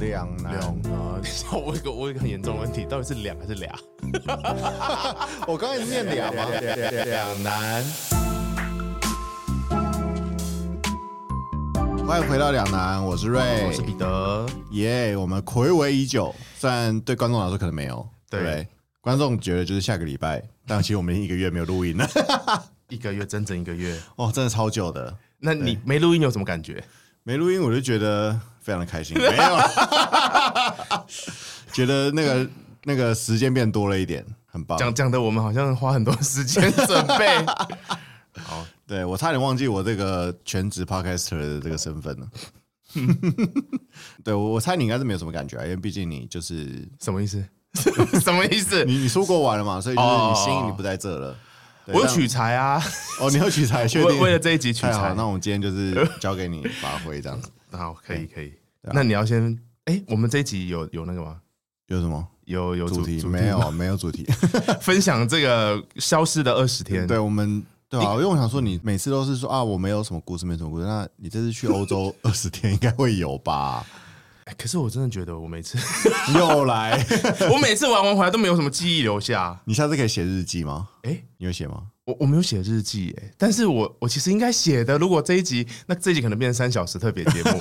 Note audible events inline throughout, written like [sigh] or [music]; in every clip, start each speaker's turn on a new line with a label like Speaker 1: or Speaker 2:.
Speaker 1: 两难。
Speaker 2: 两
Speaker 1: 呃
Speaker 2: 啊！等一下， [laughs] 我有一个我有一个很严重的问题，到底是两还是俩？
Speaker 1: 我刚才是念两吗？
Speaker 2: 两难。
Speaker 1: 欢迎回到两难，哦我是瑞，
Speaker 2: 我是彼得，
Speaker 1: 耶我们暌违已久，虽然对观众来说可能没有，
Speaker 2: 对
Speaker 1: 对不对观众觉得就是下个礼拜，但其实我们已经一个月没有录音了，
Speaker 2: 一个月整整一个月。
Speaker 1: [laughs] 哦，真的超久的，
Speaker 2: 那你没录音有什么感觉？
Speaker 1: 没录音我就觉得非常的开 [laughs] 心，没有啦，觉得那个那个时间变多了一点，很棒。
Speaker 2: 讲讲的我们好像花很多时间准备。
Speaker 1: [laughs]
Speaker 2: 好，
Speaker 1: 对我差点忘记我这个全职 podcaster 的这个身份了。 [laughs] 对，我我猜你应该是没有什么感觉啊，因为毕竟你就是
Speaker 2: 什么意思？ [laughs] 什么意 [laughs] 思？
Speaker 1: 你你出国玩了嘛，所以就是你
Speaker 2: 哦
Speaker 1: 心你不在这了。对
Speaker 2: 我有
Speaker 1: 但
Speaker 2: 取材
Speaker 1: [laughs]
Speaker 2: 啊，
Speaker 1: 哦，你有取材，确
Speaker 2: 为
Speaker 1: 定？
Speaker 2: 为了这一集取
Speaker 1: 太好
Speaker 2: 材
Speaker 1: 哎了，。那我们今天就是交给你发挥这样子。
Speaker 2: 好，可以可以。
Speaker 1: 对啊
Speaker 2: 那你要先，哎，我们这一集有有那个吗？
Speaker 1: 有什么
Speaker 2: 有有
Speaker 1: 主题？
Speaker 2: 主
Speaker 1: 没有，没有主题。
Speaker 2: [laughs] 分享这个消失的二十天。
Speaker 1: 对，我们对啊，因为我想说，你每次都是说啊，我没有什么故事，没什么故事。那你这次去欧
Speaker 2: [laughs]
Speaker 1: 洲二十天，应该会有吧？
Speaker 2: 哎，可是我真的觉得我每次 [laughs]
Speaker 1: 又来，
Speaker 2: 我每次玩完回来都没有什么记忆留下。
Speaker 1: 你下次可以写日记吗？
Speaker 2: 哎，
Speaker 1: 你有写吗？ [laughs]
Speaker 2: 我我没有写日记哎，但是我我其实应该写的。如果这一集，那这一集可能变成三小时特别节
Speaker 1: [laughs]
Speaker 2: 目，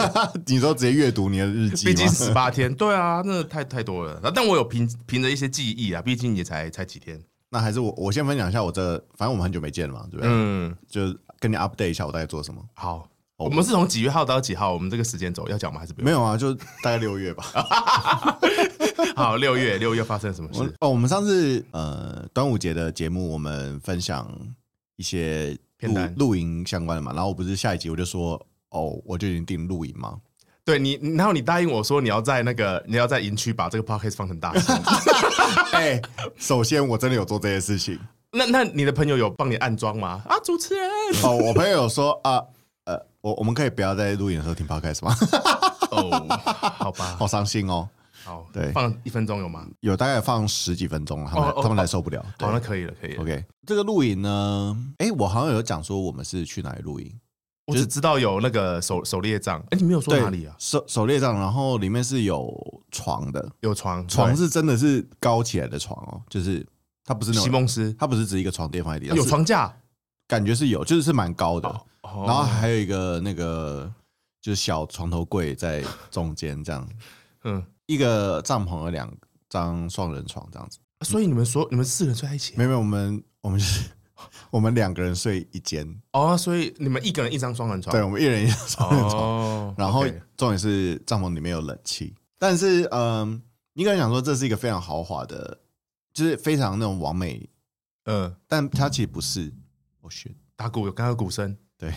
Speaker 1: 你说直接阅读你的日记吗？
Speaker 2: 毕竟十八天，对啊，那太太多了。但我有凭凭着一些记忆啊，毕竟也才才几天。
Speaker 1: 那还是我我先分享一下我这，反正我们很久没见了嘛，对不对？
Speaker 2: 嗯，
Speaker 1: 就是跟你 update 一下我大概做什么。
Speaker 2: 好，
Speaker 1: 哦
Speaker 2: 我们是从几月号到几号？我们这个时间轴要讲吗？还是不
Speaker 1: 没
Speaker 2: 用？
Speaker 1: 有啊，就大概六月吧。
Speaker 2: 好，六月六月发生了什么
Speaker 1: 我
Speaker 2: 事？
Speaker 1: 哦，我们上次呃端午节的节目，我们分享一些
Speaker 2: 片单
Speaker 1: 露露营相关的嘛，然后我不是下一集我就说哦，我就已经定露营嘛，
Speaker 2: 对你，你然后你答应我说你要在那个你要在营区把这个 podcast 放很大
Speaker 1: [laughs]
Speaker 2: 声。
Speaker 1: 哎、 [laughs] 首先我真的有做这些事情。
Speaker 2: 那那你的朋友有帮你暗装吗？啊，主持人，
Speaker 1: 哦，我朋友有说啊，呃，我我们可以不要在录影的时候听 podcast 吗？
Speaker 2: 哦，好吧，
Speaker 1: 好伤心哦。
Speaker 2: 好，
Speaker 1: 对
Speaker 2: 放一分钟有吗？
Speaker 1: 有大概放十几分钟了，他们、
Speaker 2: 哦哦
Speaker 1: 他们来受不了。对
Speaker 2: 好，那可以了，可以了。
Speaker 1: OK，这个露营呢，哎、我好像有讲说我们是去哪里露营，
Speaker 2: 我只知道有那个手手列帐，哎，你没有说
Speaker 1: 对
Speaker 2: 哪里啊？
Speaker 1: 手手列帐，然后里面是有床的，
Speaker 2: 有床，
Speaker 1: 床
Speaker 2: 是
Speaker 1: 是真的是高起来的床哦，就是它不是那
Speaker 2: 席
Speaker 1: 种，
Speaker 2: 梦思，
Speaker 1: 它不是只一个床垫放在地上，
Speaker 2: 有
Speaker 1: 是
Speaker 2: 床架，
Speaker 1: 感觉是有，就是是蛮高的，
Speaker 2: 哦
Speaker 1: 然后还有一个那个就是小床头柜在中间这样，
Speaker 2: 嗯，
Speaker 1: 一个帐篷有两张双人床这样子，
Speaker 2: 啊所以你们所你们四个人睡在一起啊
Speaker 1: 没有没有，我们我们就是 [laughs] 我们两个人睡一间，
Speaker 2: 哦，所以你们一个人一张双人床，
Speaker 1: 对，我们一人一张双人床，
Speaker 2: 哦，
Speaker 1: 然后
Speaker 2: OK
Speaker 1: 重点是帐篷里面有冷气，但是嗯，你可能想说这是一个非常豪华的，就是非常那种完美，
Speaker 2: 嗯，
Speaker 1: 但它其实不是。哦、shit，
Speaker 2: 打鼓有刚刚有鼓声，
Speaker 1: 对，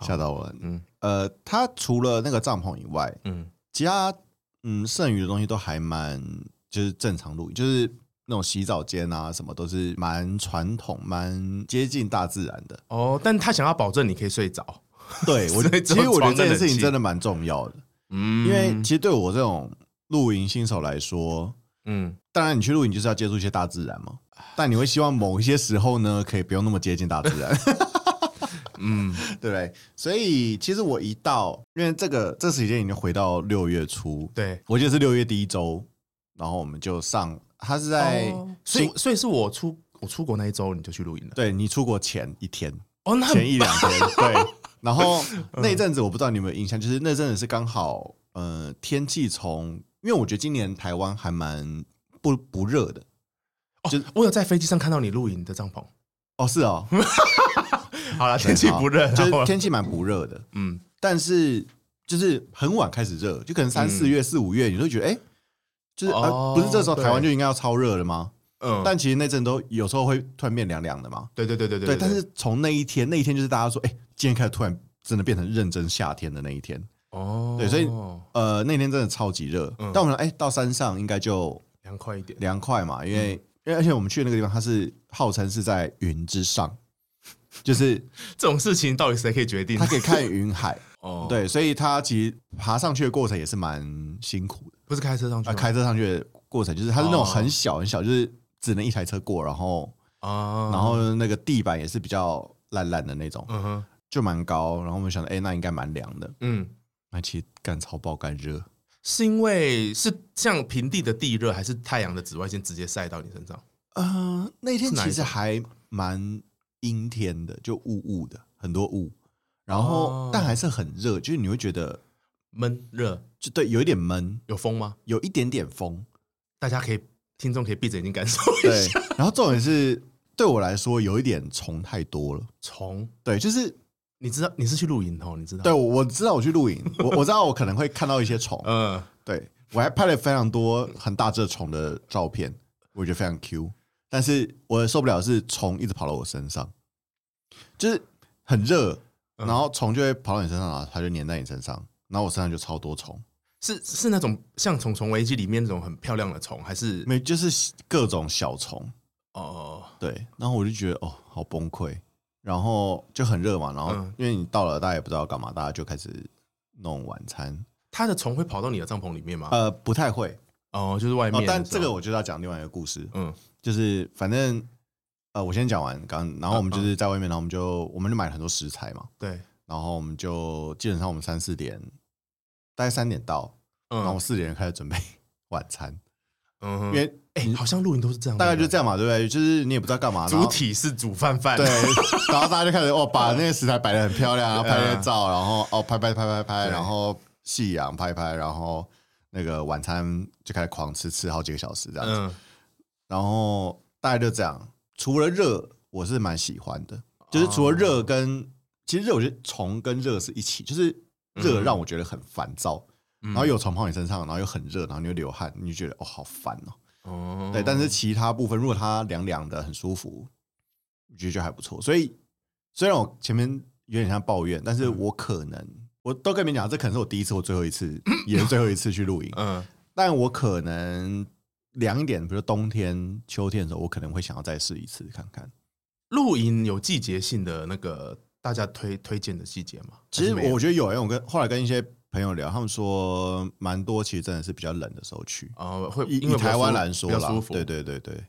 Speaker 1: 吓到我了。
Speaker 2: 嗯
Speaker 1: 嗯，呃，它除了那个帐篷以外，
Speaker 2: 嗯，
Speaker 1: 其他嗯剩余的东西都还蛮就是正常露营，就是那种洗澡间啊什么都是蛮传统、蛮接近大自然的。
Speaker 2: 哦，但他想要保证你可以睡着，
Speaker 1: 对我，
Speaker 2: 所以
Speaker 1: 其
Speaker 2: 只有
Speaker 1: 实我觉得
Speaker 2: 床跟
Speaker 1: 这件
Speaker 2: 冷
Speaker 1: 事情
Speaker 2: 气
Speaker 1: 真的蛮重要的，
Speaker 2: 嗯
Speaker 1: 因为其实对我这种露营新手来说，
Speaker 2: 嗯，
Speaker 1: 当然你去露营就是要接触一些大自然嘛。但你会希望某一些时候呢，可以不用那么接近大自然。
Speaker 2: 嗯，
Speaker 1: 对不对？所以其实我一到，因为这个这时间已经回到六月初，
Speaker 2: 对，
Speaker 1: 我记得是六月第一周，然后我们就上，他是在
Speaker 2: 哦所
Speaker 1: 新、
Speaker 2: 以所以是我出我出国那一周你就去露营了，
Speaker 1: 对你出国前一天，
Speaker 2: 哦，那
Speaker 1: 前一两天，对。然
Speaker 2: [laughs]
Speaker 1: 后
Speaker 2: 嗯
Speaker 1: 那一阵子我不知道你有没有印象，就是那阵子是刚好，呃，天气从，因为我觉得今年台湾还蛮不不热的，
Speaker 2: 哦，我有在飞机上看到你露营的帐篷，
Speaker 1: 哦，是哦，
Speaker 2: 好 [laughs] 了，天气不热，
Speaker 1: 就
Speaker 2: 然后
Speaker 1: 是天气蛮不热的，
Speaker 2: 嗯，
Speaker 1: 但是就是很晚开始热，就可能三
Speaker 2: 嗯
Speaker 1: 四月、四五月，你就会觉得哎、诶就是、啊，
Speaker 2: 哦
Speaker 1: 不是这时候
Speaker 2: 对
Speaker 1: 台湾就应该要超热了吗？
Speaker 2: 嗯，
Speaker 1: 但其实那阵都有时候会突然变凉凉的嘛。
Speaker 2: 对对对对
Speaker 1: 对，但是从那一天，那一天就是大家说，哎、今天开始突然真的变成认真夏天的那一天。
Speaker 2: 哦，
Speaker 1: 对所以呃，那天真的超级热，
Speaker 2: 嗯
Speaker 1: 但我们哎、诶到山上应该就
Speaker 2: 凉快一点，
Speaker 1: 凉快嘛，因为、
Speaker 2: 嗯
Speaker 1: 因为而且我们去的那个地方，它是号称是在云之上，就是
Speaker 2: 这种事情到底谁可以决定
Speaker 1: 它？可以看云海，
Speaker 2: [laughs] 哦，，
Speaker 1: 对，所以它其实爬上去的过程也是蛮辛苦的。
Speaker 2: 不是开车上去
Speaker 1: 啊，
Speaker 2: 吗，
Speaker 1: 开车上去的过程，就是它是那
Speaker 2: 哦
Speaker 1: 种很小很小，就是只能一台车过，然后
Speaker 2: 啊，
Speaker 1: 然后那个地板也是比较烂烂的那种，
Speaker 2: 嗯哼，
Speaker 1: 就蛮高。然后我们想，哎，那应该蛮凉的。
Speaker 2: 嗯，
Speaker 1: 那其实干超爆干热，
Speaker 2: 是因为是像平地的地热，还是太阳的紫外线直接晒到你身上？
Speaker 1: 呃，那天
Speaker 2: 是哪一
Speaker 1: 其实
Speaker 2: 种
Speaker 1: 还蛮阴天的，就雾雾的，很多雾，然后、
Speaker 2: 哦
Speaker 1: 但还是很热，就是你会觉得
Speaker 2: 闷热
Speaker 1: 就对，有一点闷，
Speaker 2: 有风吗？
Speaker 1: 有一点点风，
Speaker 2: 大家可以听众可以闭着眼睛感受一
Speaker 1: 对
Speaker 2: 下。。
Speaker 1: 然后重点是对我来说有一点虫太多了，
Speaker 2: 虫，
Speaker 1: 对，就是
Speaker 2: 你知道你是去露营哦，你知道？
Speaker 1: 对，我我知道我去露营，我我知道我可能会看到一些虫，
Speaker 2: 嗯，
Speaker 1: [laughs] 对我还拍了非常多很大只的虫的照片，我觉得非常 Q。但是我受不了的是虫一直跑到我身上，就是很热，
Speaker 2: 嗯
Speaker 1: 然后虫就会跑到你身上，然后它就粘在你身上，然后我身上就超多虫，
Speaker 2: 是是那种像《虫虫危机》里面那种很漂亮的虫，还是
Speaker 1: 没就是各种小虫，
Speaker 2: 哦？
Speaker 1: 对，然后我就觉得哦，好崩溃，然后就很热嘛，然后
Speaker 2: 嗯
Speaker 1: 因为你到了，大家也不知道干嘛，大家就开始弄晚餐，
Speaker 2: 它的虫会跑到你的帐篷里面吗？
Speaker 1: 呃，不太会，
Speaker 2: 哦，就是外面
Speaker 1: 哦
Speaker 2: 的，时候。
Speaker 1: 但这个我就要讲另外一个故事，
Speaker 2: 嗯
Speaker 1: 就是反正呃，我先讲完刚，然后我们
Speaker 2: 嗯
Speaker 1: 就是在外面，然后我们就我们就买了很多食材嘛，
Speaker 2: 对，
Speaker 1: 然后我们就基本上我们三四点，大概三点到，然后我
Speaker 2: 嗯
Speaker 1: 四点就开始准备 [laughs] 晚餐，
Speaker 2: 嗯
Speaker 1: 因
Speaker 2: 哼，
Speaker 1: 为
Speaker 2: 哎、好像露营都是这样，
Speaker 1: 大概就这
Speaker 2: 样。
Speaker 1: 样嘛，对不对？就是你也不知道干嘛，然
Speaker 2: 主
Speaker 1: 后
Speaker 2: 体是煮饭
Speaker 1: [laughs]
Speaker 2: 饭，
Speaker 1: 对，然后大家就开始哦，把那些食材摆的很漂亮，然后拍些照，然后哦拍拍拍拍拍，
Speaker 2: 嗯对
Speaker 1: 然后夕阳拍拍，然后那个晚餐就开始狂吃，吃好几个小时这样子。
Speaker 2: 嗯，
Speaker 1: 然后大概就这样。除了热，我是蛮喜欢的，就是除了
Speaker 2: 哦
Speaker 1: 热跟、其实热，我觉得虫跟热是一起，就是热
Speaker 2: 嗯
Speaker 1: 让我觉得很烦躁，
Speaker 2: 嗯
Speaker 1: 然后有虫跑你身上，然后又很热，然后你又流汗，你就觉得哦好烦哦。
Speaker 2: 哦
Speaker 1: 对，但是其他部分如果它凉凉的很舒服，我觉得就还不错。所以虽然我前面有点像抱怨，但
Speaker 2: 嗯
Speaker 1: 是我可能、我都跟你们讲，这可能是我第一次或最后一次，也是最后一次去露营。
Speaker 2: 嗯，
Speaker 1: 但我可能凉一点，比如冬天、秋天的时候，我可能会想要再试一次看看。
Speaker 2: 露营有季节性的那个大家推推荐的季节吗？
Speaker 1: 其实
Speaker 2: 还是没有
Speaker 1: 我觉得有，因为我跟后来跟一些朋友聊，他们说蛮多，其实真的是比较冷的时候去。
Speaker 2: 哦，会
Speaker 1: 以
Speaker 2: 因
Speaker 1: 以
Speaker 2: 为比较
Speaker 1: 台湾
Speaker 2: 舒
Speaker 1: 来说
Speaker 2: 比较
Speaker 1: 啦
Speaker 2: 舒，服，
Speaker 1: 对对对对，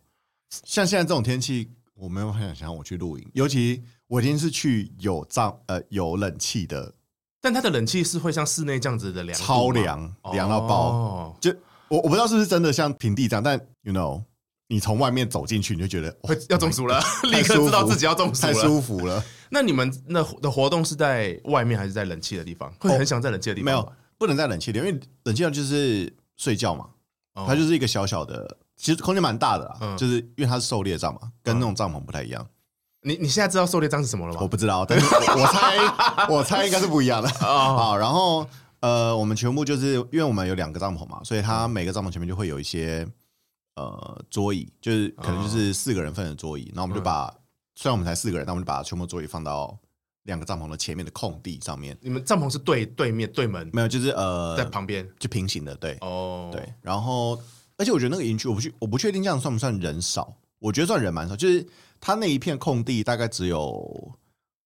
Speaker 1: 像现在这种天气，我没有很想想我去露营，尤其我今天是去有帐呃有冷气的，
Speaker 2: 但它的冷气是会像室内这样子的凉度吗，
Speaker 1: 超凉
Speaker 2: 哦，
Speaker 1: 凉到爆。就我我不知道是不是真的像平地这样，但 you know，你从外面走进去，你就觉得
Speaker 2: 会要中暑了， [laughs] 立
Speaker 1: 太
Speaker 2: 刻
Speaker 1: 舒
Speaker 2: 知道
Speaker 1: 服
Speaker 2: 自己要中暑
Speaker 1: 太
Speaker 2: 了。
Speaker 1: 舒服了。
Speaker 2: 那你们那的活动是在外面还是在冷气的地方？会很想在冷气的地
Speaker 1: 没
Speaker 2: 方吗？
Speaker 1: 有，不能在冷气里，因为冷气房就是睡觉嘛，
Speaker 2: 哦，
Speaker 1: 它就是一个小小的，其实空间蛮大的啦，
Speaker 2: 嗯
Speaker 1: 就是因为它是狩猎帐嘛，跟那种帐篷不太一样。
Speaker 2: 你你现在知道狩猎章是什么了
Speaker 1: 我
Speaker 2: 吗？
Speaker 1: 不知道，但是我 [laughs] 我猜我猜应该是不一样的。
Speaker 2: 啊，
Speaker 1: 好，然后呃，我们全部就是因为我们有两个帐篷嘛，所以它每个帐篷前面就会有一些呃桌椅，就是可能
Speaker 2: 哦
Speaker 1: 就是四个人份的桌椅，然后我们就把、
Speaker 2: 嗯
Speaker 1: 虽然我们才四个人，但我们就把全部桌椅放到两个帐篷的前面的空地上面，
Speaker 2: 你们帐篷是对对面对门
Speaker 1: 没有就是呃
Speaker 2: 在旁边
Speaker 1: 就平行的，对，
Speaker 2: 哦，
Speaker 1: 对，然后而且我觉得那个营区，我不去，我不确定这样算不算人少，我觉得算人蛮少，就是它那一片空地大概只有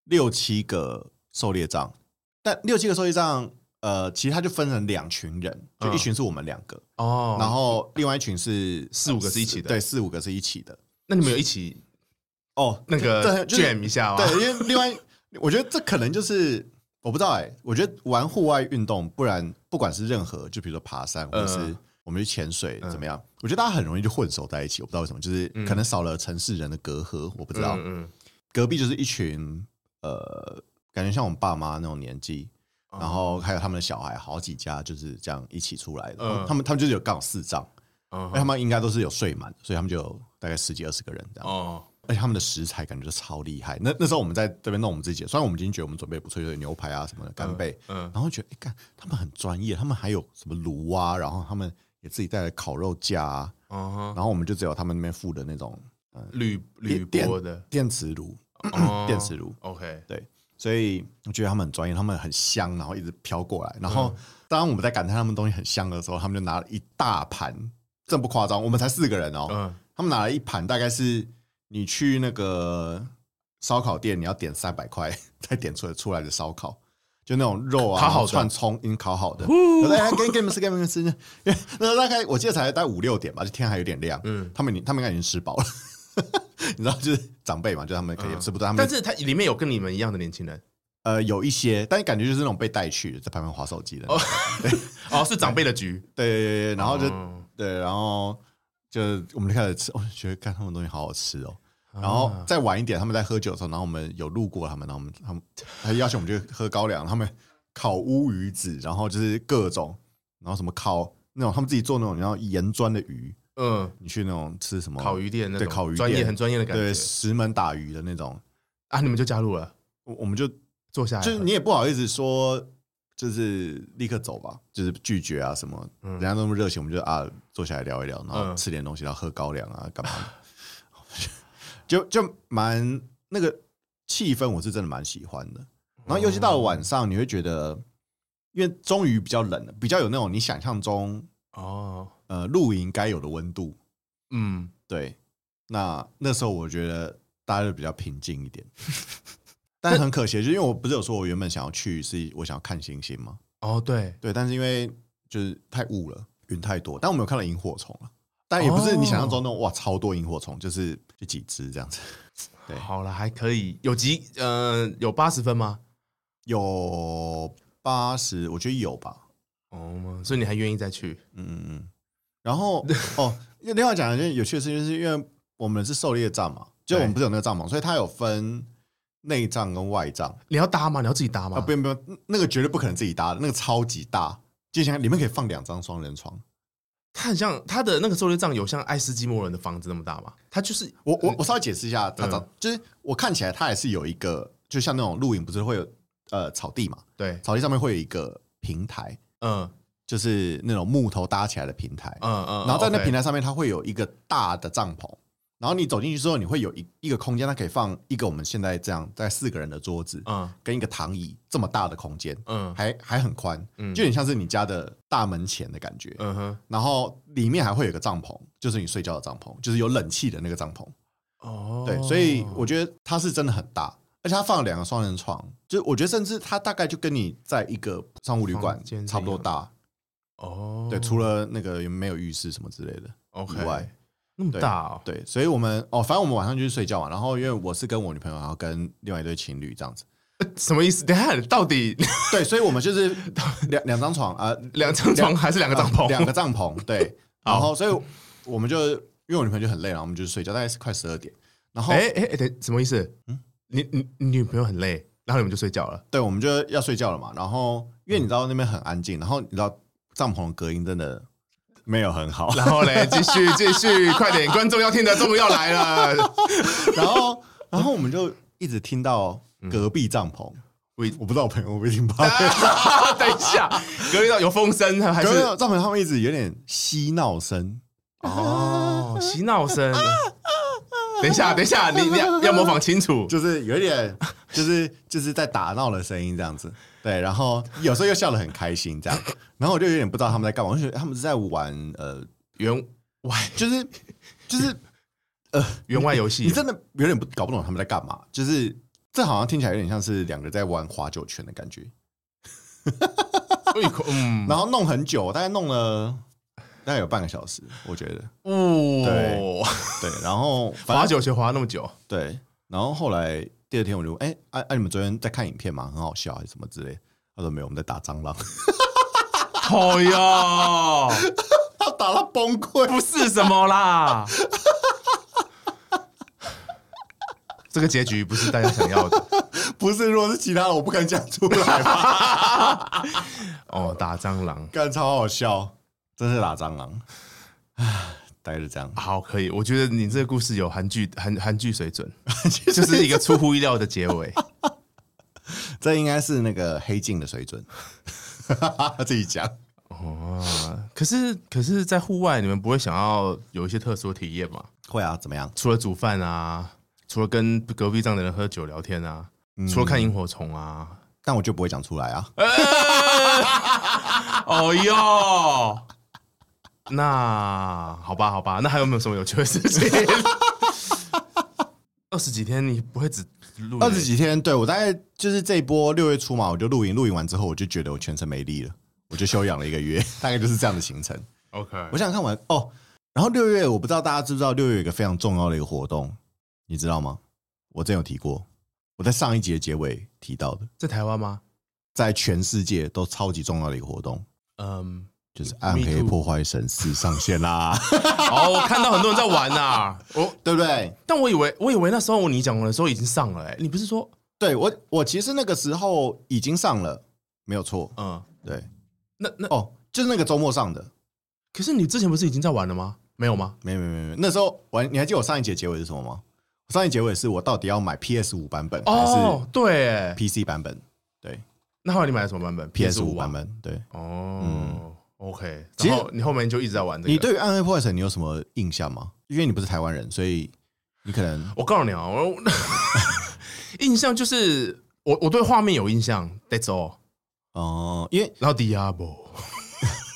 Speaker 1: 六七个狩猎帐，但六七个狩猎帐，呃，其实它就分成两群人，就一
Speaker 2: 嗯
Speaker 1: 群是我们两个，
Speaker 2: 哦，
Speaker 1: 然后另外一群是
Speaker 2: 四五个是一起的
Speaker 1: 对，四五个是一起的。
Speaker 2: 那你们有一起
Speaker 1: 哦，
Speaker 2: 那
Speaker 1: 这
Speaker 2: 个
Speaker 1: 就是
Speaker 2: 卷一下吗？
Speaker 1: 对，因为另外，我觉得这可能就是我不知道哎、我觉得玩户外运动，不然不管是任何，就比如说爬山，或者是
Speaker 2: 嗯
Speaker 1: 我们去潜水怎么样，我觉得大家很容易就混熟在一起。我不知道为什么，就是可能少了城市人的隔阂，我不知道。
Speaker 2: 嗯嗯，嗯
Speaker 1: 隔壁就是一群呃，感觉像我们爸妈那种年纪。
Speaker 2: 哦
Speaker 1: 然后还有他们的小孩，好几家就是这样一起出来的。
Speaker 2: 嗯
Speaker 1: 他们他们就是有刚好四张，
Speaker 2: 嗯
Speaker 1: 而且他们应该都是有睡满，所以他们就有大概十几二十个人这样。
Speaker 2: 哦，
Speaker 1: 而且他们的食材感觉就超厉害。那那时候我们在这边弄我们自己的，虽然我们已经觉得我们准备不错，就是牛排啊什么的干贝，
Speaker 2: 嗯，
Speaker 1: 然后觉得哎干、他们很专业，他们还有什么炉啊，然后他们也自己带了烤肉架啊，
Speaker 2: 哦，
Speaker 1: 然后我们就只有他们那边附的那种
Speaker 2: 铝铝
Speaker 1: 嗯电
Speaker 2: 箔的
Speaker 1: 电磁炉，
Speaker 2: 哦
Speaker 1: 电磁炉，
Speaker 2: ，OK，
Speaker 1: 对。所以我觉得他们很专业，他们很香，然后一直飘过来。然后当我们在感叹他们东西很香的时候，他们就拿了一大盘，这不夸张，我们才四个人哦，
Speaker 2: 嗯，
Speaker 1: 他们拿了一盘，大概是你去那个烧烤店，你要点三百块 [laughs] 才点出来出来的烧烤，就那种肉啊，
Speaker 2: 烤好的
Speaker 1: 串葱，已经烤好的。来，给给你们吃，给你们吃。 [laughs] 因为那大概我记得才大概五六点吧，就天还有点亮。嗯
Speaker 2: 嗯，
Speaker 1: 他们已他们应该已经吃饱了。 [laughs]
Speaker 2: 嗯
Speaker 1: 你知道，就是长辈嘛，就他们可能也吃不到，他们
Speaker 2: 但是它里面有跟你们一样的年轻人，
Speaker 1: 呃，有一些，但感觉就是那种被带去的在旁边划手机的那种，
Speaker 2: 哦，是长辈的局，
Speaker 1: 对对对 [laughs] 对，然后就、
Speaker 2: 嗯
Speaker 1: 对，然后就我们就开始吃，我、就觉得看他们东西好好吃哦。然后
Speaker 2: 嗯
Speaker 1: 再晚一点，他们在喝酒的时候，然后我们有路过他们，然后我们他们他邀请我们去喝高粱，他们烤乌鱼子，然后就是各种，然后什么烤那种他们自己做那种然后盐砖的鱼，
Speaker 2: 嗯，
Speaker 1: 你去那种吃什么
Speaker 2: 烤鱼店那
Speaker 1: 哦
Speaker 2: 种
Speaker 1: 对烤鱼
Speaker 2: 专业
Speaker 1: 店
Speaker 2: 很专业的感觉
Speaker 1: 对石门打鱼的那种，
Speaker 2: 啊，你们就加入了，
Speaker 1: 我我们就
Speaker 2: 坐下来了，
Speaker 1: 就是你也不好意思说，就是立刻走吧，就是拒绝啊什么，人家那么热情，我们就啊坐下来聊一聊，然后
Speaker 2: 嗯
Speaker 1: 吃点东西，然后喝高粱啊，干嘛的， [laughs] 就就蛮那个气氛，我是真的蛮喜欢的。然后尤其到了晚上，你会觉得，因为终于比较冷了，比较有那种你想象中
Speaker 2: 哦，
Speaker 1: 呃露营该有的温度。
Speaker 2: 嗯，
Speaker 1: 对，那那时候我觉得大家就比较平静一点，但是很可惜，就是因为我不是有说我原本想要去是我想要看星星吗？
Speaker 2: 哦，对，
Speaker 1: 对，但是因为就是太雾了，云太多，但我没有看到萤火虫了。但也不是你想象中那种、哇，超多萤火虫，就是就几只这样子。对
Speaker 2: 好了，还可以，有几呃有八十分吗？
Speaker 1: 有八十，我觉得有吧。
Speaker 2: 哦，所以你还愿意再去？
Speaker 1: 嗯嗯嗯。然后哦，因为另外讲一件有趣的事情，就是因为我们是狩猎帐嘛，就我们
Speaker 2: 对
Speaker 1: 不是有那个帐篷，所以它有分内帐跟外帐。
Speaker 2: 你要搭吗？你要自己搭吗？
Speaker 1: 啊，不用不用，那个绝对不可能自己搭的，那个超级大，就想里面可以放两张双人床。
Speaker 2: 它很像它的那个狩猎帐有像爱斯基摩人的房子那么大吗？它就是
Speaker 1: 我我我稍微解释一下，它长、就是我看起来它也是有一个，就像那种露营不是会有呃草地嘛，
Speaker 2: 对，
Speaker 1: 草地上面会有一个平台，
Speaker 2: 嗯
Speaker 1: 就是那种木头搭起来的平台，
Speaker 2: 嗯嗯，
Speaker 1: 然后在那
Speaker 2: OK
Speaker 1: 平台上面它会有一个大的帐篷。然后你走进去之后，你会有一一个空间，它可以放一个我们现在这样在四个人的桌子，
Speaker 2: 嗯
Speaker 1: 跟一个躺椅这么大的空间，
Speaker 2: 嗯
Speaker 1: 还还很宽，
Speaker 2: 嗯
Speaker 1: 就有点像是你家的大门前的感觉。
Speaker 2: 嗯哼
Speaker 1: 然后里面还会有一个帐篷，就是你睡觉的帐篷，就是有冷气的那个帐篷。
Speaker 2: 哦，
Speaker 1: 对，所以我觉得它是真的很大，而且它放了两个双人床，就是我觉得甚至它大概就跟你在一个商务旅馆
Speaker 2: 房间是一样
Speaker 1: 差不多大。
Speaker 2: 哦
Speaker 1: 对，除了那个没有浴室什么之类的。
Speaker 2: OK
Speaker 1: 以外
Speaker 2: 那么
Speaker 1: 对
Speaker 2: 大哦，
Speaker 1: 对，所以我们哦，反正我们晚上就去睡觉嘛。然后因为我是跟我女朋友，然后跟另外一对情侣这样子。
Speaker 2: [laughs] 什么意思？等一下
Speaker 1: [laughs]
Speaker 2: 到底
Speaker 1: 对，所以我们就是
Speaker 2: [laughs]
Speaker 1: 两两张床啊，呃
Speaker 2: 两张床还是两个帐篷？
Speaker 1: 两、个帐篷，
Speaker 2: [laughs]
Speaker 1: 对。然后所以我们就因为我女朋友就很累，然后我们就睡觉，大概是快十二点。然后
Speaker 2: 哎哎哎，等什么意思？
Speaker 1: 嗯
Speaker 2: 你你你女朋友很累，然后你们就睡觉
Speaker 1: [laughs]
Speaker 2: 了。
Speaker 1: 对，我们就要睡觉了嘛。然后因为你
Speaker 2: 嗯
Speaker 1: 知道那边很安静，然后你知道帐篷的隔音真的没有很好。
Speaker 2: 然后嘞，继续继续，快点！观众要听的，终于要
Speaker 1: [laughs]
Speaker 2: 来了。
Speaker 1: 然后，然后我们就一直听到
Speaker 2: 嗯
Speaker 1: 隔壁帐篷，我我不知道我朋友会不会听吧。
Speaker 2: 等一下，隔壁到有风声啊还
Speaker 1: 隔壁
Speaker 2: 是
Speaker 1: 帐篷他们一直有点嬉闹声，
Speaker 2: 哦嬉闹声？等一下，等一下，你你要要模仿清楚。
Speaker 1: 就是有一点，就是就是在打闹的声音这样子。对，然后有时候又笑得很开心这样，然后我就有点不知道他们在干嘛，我就觉得他们是在玩呃，
Speaker 2: 员
Speaker 1: 就是就是
Speaker 2: 员外游戏
Speaker 1: 你，真的有点不搞不懂他们在干嘛，就是这好像听起来有点像是两个人在玩划九圈的感觉，
Speaker 2: 嗯，
Speaker 1: 然后弄很久，大概弄了大概有半个小时，我觉得
Speaker 2: 哦，
Speaker 1: 对，然后反
Speaker 2: 滑
Speaker 1: 正
Speaker 2: 九学滑那么久，
Speaker 1: 对，然后后来第二天我就哎哎哎，你们昨天在看影片吗？很好笑还啊是什么之类的？他说没有，我们在打蟑螂， [laughs]
Speaker 2: 好哟，
Speaker 1: 他打到崩溃，
Speaker 2: [laughs] 不是什么啦。这个结局不是大家想要的
Speaker 1: 不是，如果是其他的，我不敢讲出来吧， [laughs]
Speaker 2: 哦，打蟑螂。
Speaker 1: 干超好笑，真是打蟑螂，唉，大概是这样。 [laughs]
Speaker 2: 好，可以。我觉得你这个故事有韩剧韩韩剧水 [laughs] 准，就是一个出乎意料的结尾。
Speaker 1: 这应该是那个黑镜的水准， [laughs] 自己讲。
Speaker 2: 哦，可是可是，在户外你们不会想要有一些特殊的体验吗？
Speaker 1: 会啊，怎么样？
Speaker 2: 除了煮饭啊，除了跟隔壁站的人喝酒聊天啊，
Speaker 1: 嗯
Speaker 2: 除了看萤火虫啊。
Speaker 1: 但我就不会讲出来啊。
Speaker 2: [laughs] 哦哟，那好吧好吧，那还有没有什么有趣的事情？二十几天你不会只录
Speaker 1: 二十几天，对我大概就是这一波六月初嘛，我就露营，露营完之后我就觉得我全身没力了，我就休养了一个
Speaker 2: [laughs]
Speaker 1: 月，大概就是这样的行程。
Speaker 2: OK？
Speaker 1: 我想想看完哦，然后六月我不知道大家知不知道，六月有一个非常重要的一个活动，你知道吗？我真有提过，我在上一集的结尾提到的，
Speaker 2: 在台湾吗？
Speaker 1: 在全世界都超级重要的一个活动，
Speaker 2: 嗯，
Speaker 1: 就是暗黑
Speaker 2: Me too
Speaker 1: 破坏神四上线
Speaker 2: [laughs]
Speaker 1: 啦，
Speaker 2: 哦，我看到很多人在玩呐、我
Speaker 1: 对不对？
Speaker 2: 但我以为我以为那时候你讲的时候已经上了、欸，你不是说
Speaker 1: 对我，我其实那个时候已经上了，没有错。
Speaker 2: 嗯？
Speaker 1: 对，
Speaker 2: 那那
Speaker 1: 哦，就是那个周末上的，
Speaker 2: 可是你之前不是已经在玩了吗？没有吗？
Speaker 1: 没有没有没有没有，那时候我还你还记得我上一节结尾是什么吗？我上一节结尾是我到底要买 PS 五版本还
Speaker 2: 哦
Speaker 1: 是，
Speaker 2: 对、欸，
Speaker 1: PC 版本？对
Speaker 2: 那后来你买了什么版本
Speaker 1: ，PS 五
Speaker 2: 5啊
Speaker 1: 版本。对
Speaker 2: 哦、o k
Speaker 1: 其实
Speaker 2: 然后你后面就一直在玩这个。
Speaker 1: 你对于《暗黑破坏神》你有什么印象吗？因为你不是台湾人，所以你可能
Speaker 2: 我告诉你
Speaker 1: [laughs]
Speaker 2: 啊，我印象就是我我对画面有印象，That's all。
Speaker 1: 哦、因为
Speaker 2: 然后 Diablo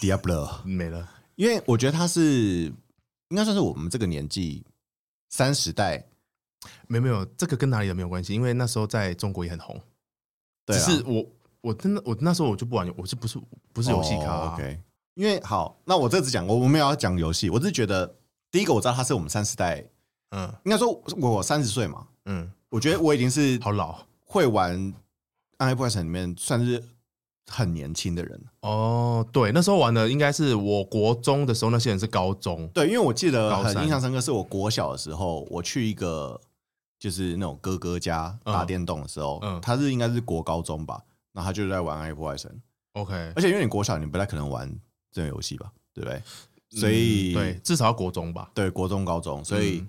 Speaker 1: Diablo，
Speaker 2: 没了，
Speaker 1: 因为我觉得他是应该算是我们这个年纪三十代，
Speaker 2: 没有没有，这个跟哪里的没有关系，因为那时候在中国也很红。
Speaker 1: 对
Speaker 2: 只
Speaker 1: 啊，
Speaker 2: 是我我真的我那时候我就不玩，我就不是不是游戏咖、啊
Speaker 1: 哦 OK，因为好，那我这次讲，我我没有要讲游戏，我只是觉得第一个我知道他是我们三十代，
Speaker 2: 嗯
Speaker 1: 应该说我三十岁嘛，
Speaker 2: 嗯，
Speaker 1: 我觉得我已经是
Speaker 2: 好老
Speaker 1: 会玩《暗黑破坏神》里面算是很年轻的人。
Speaker 2: 哦。对，那时候玩的应该是我国中的时候，那些人是高中。
Speaker 1: 对，因为我记得
Speaker 2: 高
Speaker 1: 很
Speaker 2: 三
Speaker 1: 印象深刻，是我国小的时候，我去一个就是那种哥哥家
Speaker 2: 嗯
Speaker 1: 打电动的时候，
Speaker 2: 嗯
Speaker 1: 他是应该是国高中吧，然后他就在玩《暗黑破坏神》，
Speaker 2: OK，
Speaker 1: 而且因为你国小，你不太可能玩这种游戏吧，对不对？所以、
Speaker 2: 嗯对，嗯至少要国中吧。
Speaker 1: 对国中、高中，所以、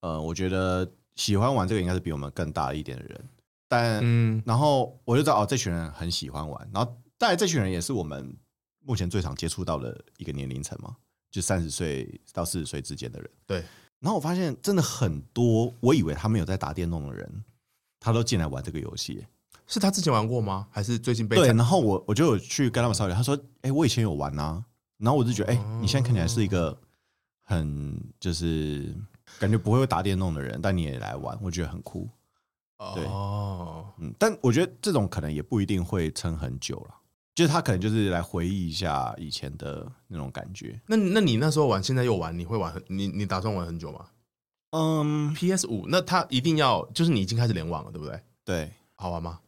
Speaker 1: 呃，我觉得喜欢玩这个应该是比我们更大一点的人，但
Speaker 2: 嗯，
Speaker 1: 然后我就知道哦，这群人很喜欢玩，然后当然这群人也是我们目前最常接触到的一个年龄层嘛，就三十岁到四十岁之间的人。
Speaker 2: 对，
Speaker 1: 然后我发现真的很多，我以为他们有在打电动的人，他都进来玩这个游戏。
Speaker 2: 是他之前玩过吗？还是最近被
Speaker 1: 对，然后我我就有去跟他们商量，他说：“哎，我以前有玩啊。”然后我就觉得：“哎，你现在看起来是一个很就是感觉不会打电动的人，但你也来玩，我觉得很酷。”对
Speaker 2: 哦，
Speaker 1: 嗯，但我觉得这种可能也不一定会撑很久了，就是他可能就是来回忆一下以前的那种感觉。
Speaker 2: 那那你那时候玩，现在又玩，你会玩很你你打算玩很久吗
Speaker 1: 嗯，
Speaker 2: ？PS 五，那它一定要就是你已经开始联网了，对不对？
Speaker 1: 对，
Speaker 2: 好玩吗？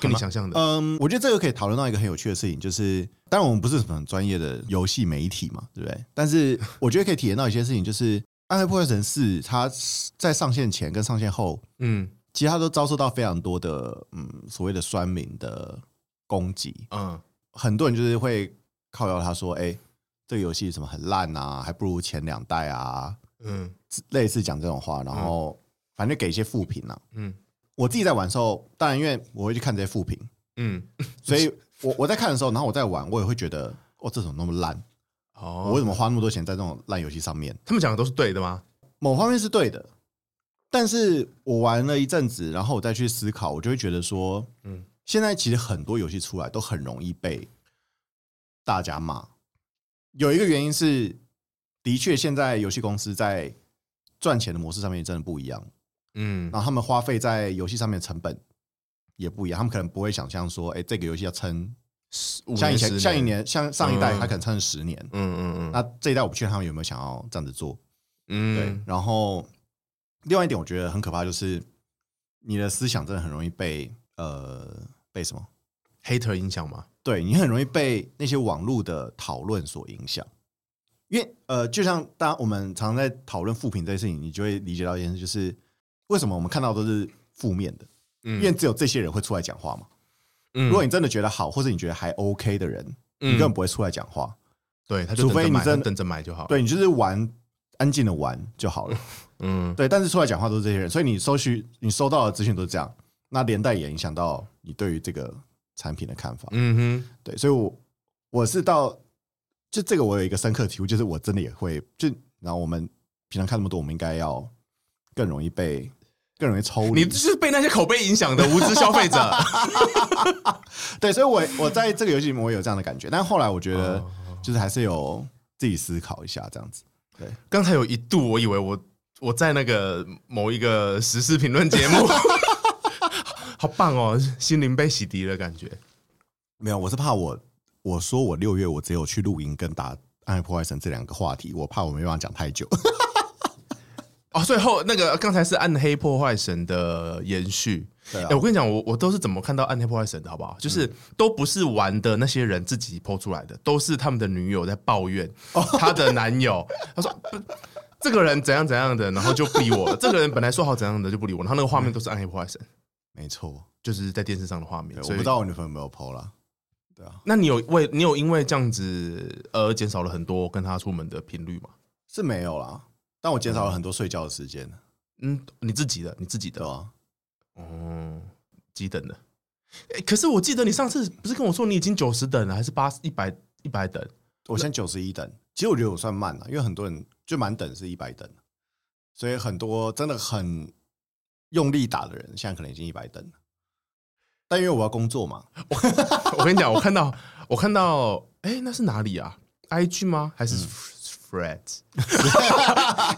Speaker 2: 跟你想象的，
Speaker 1: 嗯，我觉得这个可以讨论到一个很有趣的事情，就是当然我们不是什么很专业的游戏媒体嘛，对不对？但是我觉得可以体验到一些事情，就是《暗黑破坏神四》它在上线前跟上线后，
Speaker 2: 嗯
Speaker 1: 其实它都遭受到非常多的嗯所谓的酸民的攻击，
Speaker 2: 嗯，
Speaker 1: 很多人就是会靠谣他说，哎、这个游戏什么很烂啊，还不如前两代啊，
Speaker 2: 嗯
Speaker 1: 类似讲这种话，然后反正就给一些负评啊。
Speaker 2: 嗯
Speaker 1: 我自己在玩的时候，当然因为我会去看这些负评，
Speaker 2: 嗯，
Speaker 1: 所以我我在看的时候，然后我在玩，我也会觉得，哦，这怎么那么烂？我为
Speaker 2: 哦，
Speaker 1: 什么花那么多钱在这种烂游戏上面？
Speaker 2: 他们讲的都是对的吗？
Speaker 1: 某方面是对的，但是我玩了一阵子，然后我再去思考，我就会觉得说，
Speaker 2: 嗯
Speaker 1: 嗯，现在其实很多游戏出来都很容易被大家骂。有一个原因是，的确现在游戏公司在赚钱的模式上面真的不一样，
Speaker 2: 嗯
Speaker 1: 然后他们花费在游戏上面的成本也不一样，他们可能不会想象说，哎、这个游戏要撑
Speaker 2: 五
Speaker 1: 像以
Speaker 2: 十
Speaker 1: 前像一年像上一代，
Speaker 2: 嗯
Speaker 1: 他可能撑了十年，
Speaker 2: 嗯嗯嗯
Speaker 1: 那这一代我不确定他们有没有想要这样子做。对
Speaker 2: 嗯，，
Speaker 1: 然后另外一点我觉得很可怕，就是你的思想真的很容易被呃被什么？
Speaker 2: ，hater 影响吗？
Speaker 1: 对你很容易被那些网络的讨论所影响，因为呃，就像大家我们常在讨论负评这件事情，你就会理解到一件事，就是为什么我们看到都是负面的，
Speaker 2: 嗯
Speaker 1: 因为只有这些人会出来讲话嘛。
Speaker 2: 如
Speaker 1: 如果你真的觉得好，或者你觉得还 OK 的人，
Speaker 2: 嗯
Speaker 1: 你根本不会出来讲话，
Speaker 2: 对，他就
Speaker 1: 除非
Speaker 2: 等着买
Speaker 1: 你真
Speaker 2: 他等着买就好。，
Speaker 1: 对你就是玩安静的玩就好了。
Speaker 2: 嗯
Speaker 1: 对，但是出来讲话都是这些人，所以你收取你收到的资讯都是这样，那连带也影响到你对于这个产品的看法。
Speaker 2: 嗯哼，
Speaker 1: 对，所以我我是到就这个我有一个深刻体悟，就是我真的也会就然后我们平常看那么多，我们应该要更容易被更容易抽
Speaker 2: 你
Speaker 1: 离。
Speaker 2: 就是被那些口碑影响的无知消费者。
Speaker 1: 对，所以我我在这个游戏里面我有这样的感觉，但后来我觉得就是还是有自己思考一下这样子。
Speaker 2: [laughs] 刚才有一度我以为我我在那个某一个时事评论节目， [laughs] 好棒哦，心灵被洗涤的感觉。
Speaker 1: 没有，我是怕我我说我六月我只有去露营跟打《暗黑破坏神》这两个话题，我怕我没办法讲太久。
Speaker 2: 哦，最后那个刚才是暗黑破坏神的延续，
Speaker 1: [laughs] 对
Speaker 2: 哎、
Speaker 1: 啊
Speaker 2: 我，跟你讲，我我都是怎么看到暗黑破坏神的，好
Speaker 1: 嗯
Speaker 2: 不好？就是都不是玩的那些人自己剖出来的，都是他们的女友在抱怨
Speaker 1: 哦
Speaker 2: [laughs] 她的男
Speaker 1: [laughs]
Speaker 2: 友，他说不这个人怎样怎样的，然后就不理我了。这个人本来说好怎样的就不理我，然后那个画面都是暗黑破坏神，
Speaker 1: 没错。
Speaker 2: 就是在电视上的画面。
Speaker 1: 对，我
Speaker 2: 所
Speaker 1: 不
Speaker 2: 以
Speaker 1: 知道我女朋友有没有 PO 啦。对啊，
Speaker 2: 那你有为你有因为这样子而减少了很多跟他出门的频率吗？
Speaker 1: 是没有啦，但我减少了很多睡觉的时间，
Speaker 2: 嗯，你自己的，你自己
Speaker 1: 对
Speaker 2: 的，
Speaker 1: 吧？
Speaker 2: 哦，几等的？哎、可是我记得你上次不是跟我说你已经九十等了，还是八一百一百等？
Speaker 1: 我现在九十一等，其实我觉得我算慢了，因为很多人就满等是一百等，所以很多真的很用力打的人，现在可能已经一百等了。但因为我要工作嘛，
Speaker 2: [laughs] 我跟你讲，我看到我看到，哎、那是哪里啊？IG 吗？还
Speaker 1: 嗯
Speaker 2: 是 Fred？、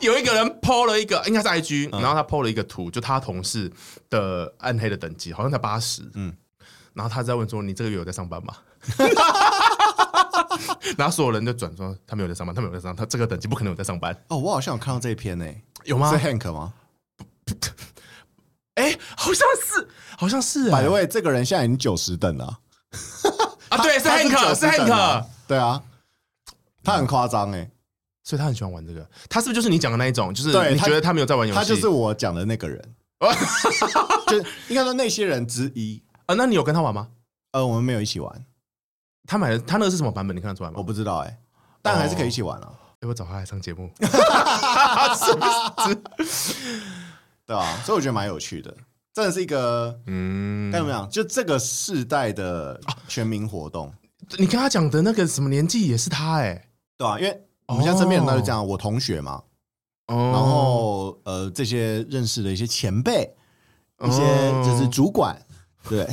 Speaker 2: 有一个人 PO 了一个，应该是 IG，然后
Speaker 1: 嗯
Speaker 2: 他 PO 了一个图，就他同事的暗黑的等级，好像才八十，嗯
Speaker 1: 嗯，
Speaker 2: 然后他在问说：“你这个月有在上班吗？” [laughs] 然后所有人就转说：“他没有在上班，他没有在上班，他这个等级不可能有在上班，
Speaker 1: 哦，我好像有看到这一篇呢、
Speaker 2: 有吗
Speaker 1: 是 Hank 吗？
Speaker 2: 哎、好像是，好像是、
Speaker 1: 百
Speaker 2: 哎
Speaker 1: 位这个人现在已经九十等了，
Speaker 2: 啊，对，是
Speaker 1: 他
Speaker 2: Hank，
Speaker 1: 90
Speaker 2: 是
Speaker 1: 等
Speaker 2: Hank
Speaker 1: 啊。对啊，他很夸张哎，
Speaker 2: 所以他很喜欢玩这个。他是不是就是你讲的那一种？就是
Speaker 1: 对
Speaker 2: 你
Speaker 1: 他
Speaker 2: 觉得他没有在玩游戏，
Speaker 1: 他就是我讲的那个
Speaker 2: [laughs]
Speaker 1: 人，就应该说那些人之一。
Speaker 2: 啊？那你有跟他玩吗？
Speaker 1: 呃，我们没有一起玩，
Speaker 2: 他买的他那个是什么版本？你看得出来吗？
Speaker 1: 我
Speaker 2: 我
Speaker 1: 不知道哎、但还是可以一起玩啊，
Speaker 2: 要不要找他来上
Speaker 1: [laughs]
Speaker 2: 节目？
Speaker 1: 对啊，所以我觉得蛮有趣的，真的是一个
Speaker 2: 嗯啊
Speaker 1: 该，怎么讲，就这个世代的全民活动，
Speaker 2: 你跟他讲的那个什么年纪也是他哎、
Speaker 1: 对啊，因为我们现在身边人都是这样，我同学嘛，
Speaker 2: 哦，
Speaker 1: 然后呃，这些认识的一些前辈，一些
Speaker 2: 哦
Speaker 1: 就是主管，
Speaker 2: [laughs]
Speaker 1: 对，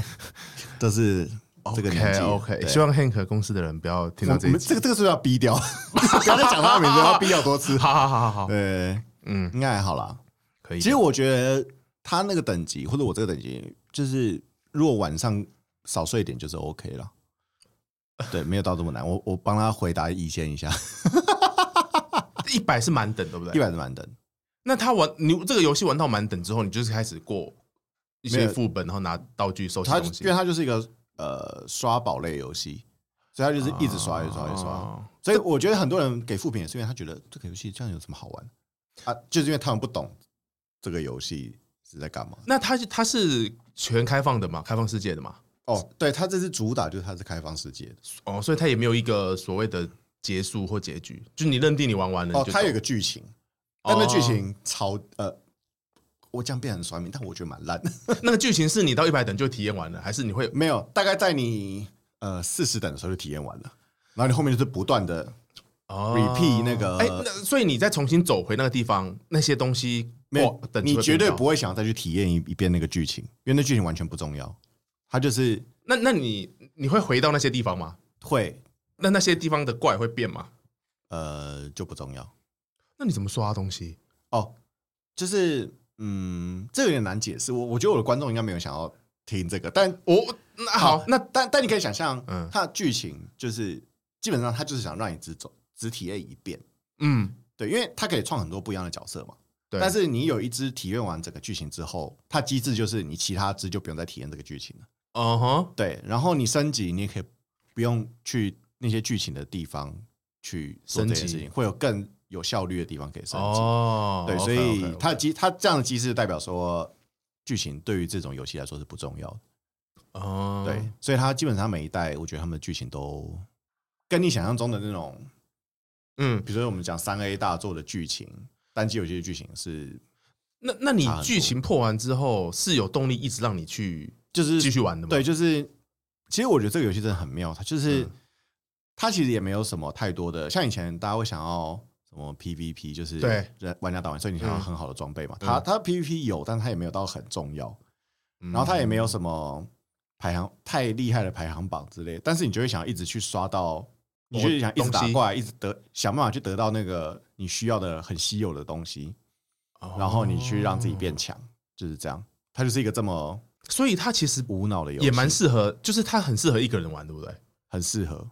Speaker 1: 都是这个年纪
Speaker 2: OK
Speaker 1: 了
Speaker 2: OK，
Speaker 1: 对
Speaker 2: 希望 Hank 公司的人不要听到
Speaker 1: 我
Speaker 2: 这
Speaker 1: 我
Speaker 2: 一
Speaker 1: 们
Speaker 2: 集。
Speaker 1: 这个这个是不是要逼掉， [laughs] 不要再讲他的名字，要逼掉多次。
Speaker 2: 好好好好
Speaker 1: [laughs]
Speaker 2: 好，
Speaker 1: 对，
Speaker 2: 嗯，
Speaker 1: 应该还好啦。
Speaker 2: 可以。
Speaker 1: 其实我觉得他那个等级或者我这个等级，就是如果晚上少睡一点就是 OK
Speaker 2: [laughs]
Speaker 1: 了。对，没有到这么难。我我帮他回答意见一下，
Speaker 2: 一百是满等，对不
Speaker 1: [laughs]
Speaker 2: 对？
Speaker 1: 一百是满等，
Speaker 2: 那他玩你这个游戏玩到满等之后，你就是开始过一
Speaker 1: 没
Speaker 2: 些
Speaker 1: 有
Speaker 2: 副本，然后拿道具收集
Speaker 1: 他
Speaker 2: 东西
Speaker 1: 因为。他就是一个呃刷宝类游戏，所以他就是一直刷，一直刷，一直刷。
Speaker 2: 哦
Speaker 1: 所以我觉得很多人给负评也是因为他觉得这个游戏这样有什么好玩啊？就是因为他们不懂这个游戏是在干嘛。
Speaker 2: 那他是他是全开放的嘛，开放世界的嘛，
Speaker 1: 哦，对，他这次主打就是它是开放世界的。
Speaker 2: 哦，所以他也没有一个所谓的结束或结局，就是你认定你玩完了，
Speaker 1: 哦
Speaker 2: 你，就
Speaker 1: 它
Speaker 2: 走
Speaker 1: 有一个剧情，但那
Speaker 2: 哦
Speaker 1: 剧情超呃，我这样变很酸民，但我觉得蛮烂的。
Speaker 2: 那个剧情是你到一百等就体验完了，还是你会
Speaker 1: 没有，大概在你呃四十等的时候就体验完了，然后你后面就是不断的
Speaker 2: 哦
Speaker 1: repeat 那个，
Speaker 2: 哎、那所以你再重新走回那个地方，那些东西
Speaker 1: 没有
Speaker 2: 哇，哦等级
Speaker 1: 你
Speaker 2: 会
Speaker 1: 绝对
Speaker 2: 变高
Speaker 1: 不。会想要再去体验一一遍那个剧情，因为那剧情完全不重要，它就是
Speaker 2: 那那你你会回到那些地方吗？
Speaker 1: 会
Speaker 2: 那那些地方的怪会变吗？
Speaker 1: 呃就不重要
Speaker 2: 那你怎么刷东西？
Speaker 1: 哦，就是嗯，这有点难解释，我我觉得我的观众应该没有想要听这个，但
Speaker 2: 我那好，那
Speaker 1: 但但你可以想象，
Speaker 2: 嗯
Speaker 1: 它的剧情就是基本上它就是想让你只走只体验一遍，
Speaker 2: 嗯，
Speaker 1: 对，因为它可以创很多不一样的角色嘛。
Speaker 2: 对，
Speaker 1: 但是你有一只体验完整个剧情之后，它机制就是你其他只就不用再体验这个剧情了。
Speaker 2: 嗯哼，
Speaker 1: 对，然后你升级，你也可以不用去那些剧情的地方去做这件事
Speaker 2: 升级
Speaker 1: 情，会有更有效率的地方可以升级。
Speaker 2: 哦，
Speaker 1: 对，
Speaker 2: OK，
Speaker 1: 所
Speaker 2: OK，
Speaker 1: 以
Speaker 2: OK
Speaker 1: 它的机它这样的机制代表说，剧情对于这种游戏来说是不重要的。
Speaker 2: 哦，
Speaker 1: 对，所以它基本上每一代，我觉得他们的剧情都跟你想象中的那种，
Speaker 2: 嗯，
Speaker 1: 比如说我们讲三 A 大作的剧情，单机游戏的剧情是
Speaker 2: 那那你
Speaker 1: 差很多
Speaker 2: 剧情破完之后是有动力一直让你去
Speaker 1: 就是
Speaker 2: 继续玩的吗？
Speaker 1: 对，就是其实我觉得这个游戏真的很妙，它就是、
Speaker 2: 嗯
Speaker 1: 它其实也没有什么太多的，像以前大家会想要什么 PVP，就是
Speaker 2: 对
Speaker 1: 人玩家打完，所以你想要
Speaker 2: 嗯
Speaker 1: 很好的装备嘛。它它 PVP 有，但它也没有到很重要，
Speaker 2: 嗯，
Speaker 1: 然后它也没有什么排行太厉害的排行榜之类，但是你就会想要一直去刷到。你就想一直打怪，一直得想办法去得到那个你需要的很稀有的东西，
Speaker 2: 哦，
Speaker 1: 然后你去让自己变强，就是这样。它就是一个这么
Speaker 2: 所以它其实
Speaker 1: 无脑的游戏，
Speaker 2: 也蛮适合，就是它很适合一个人玩，对不对？
Speaker 1: 很适合。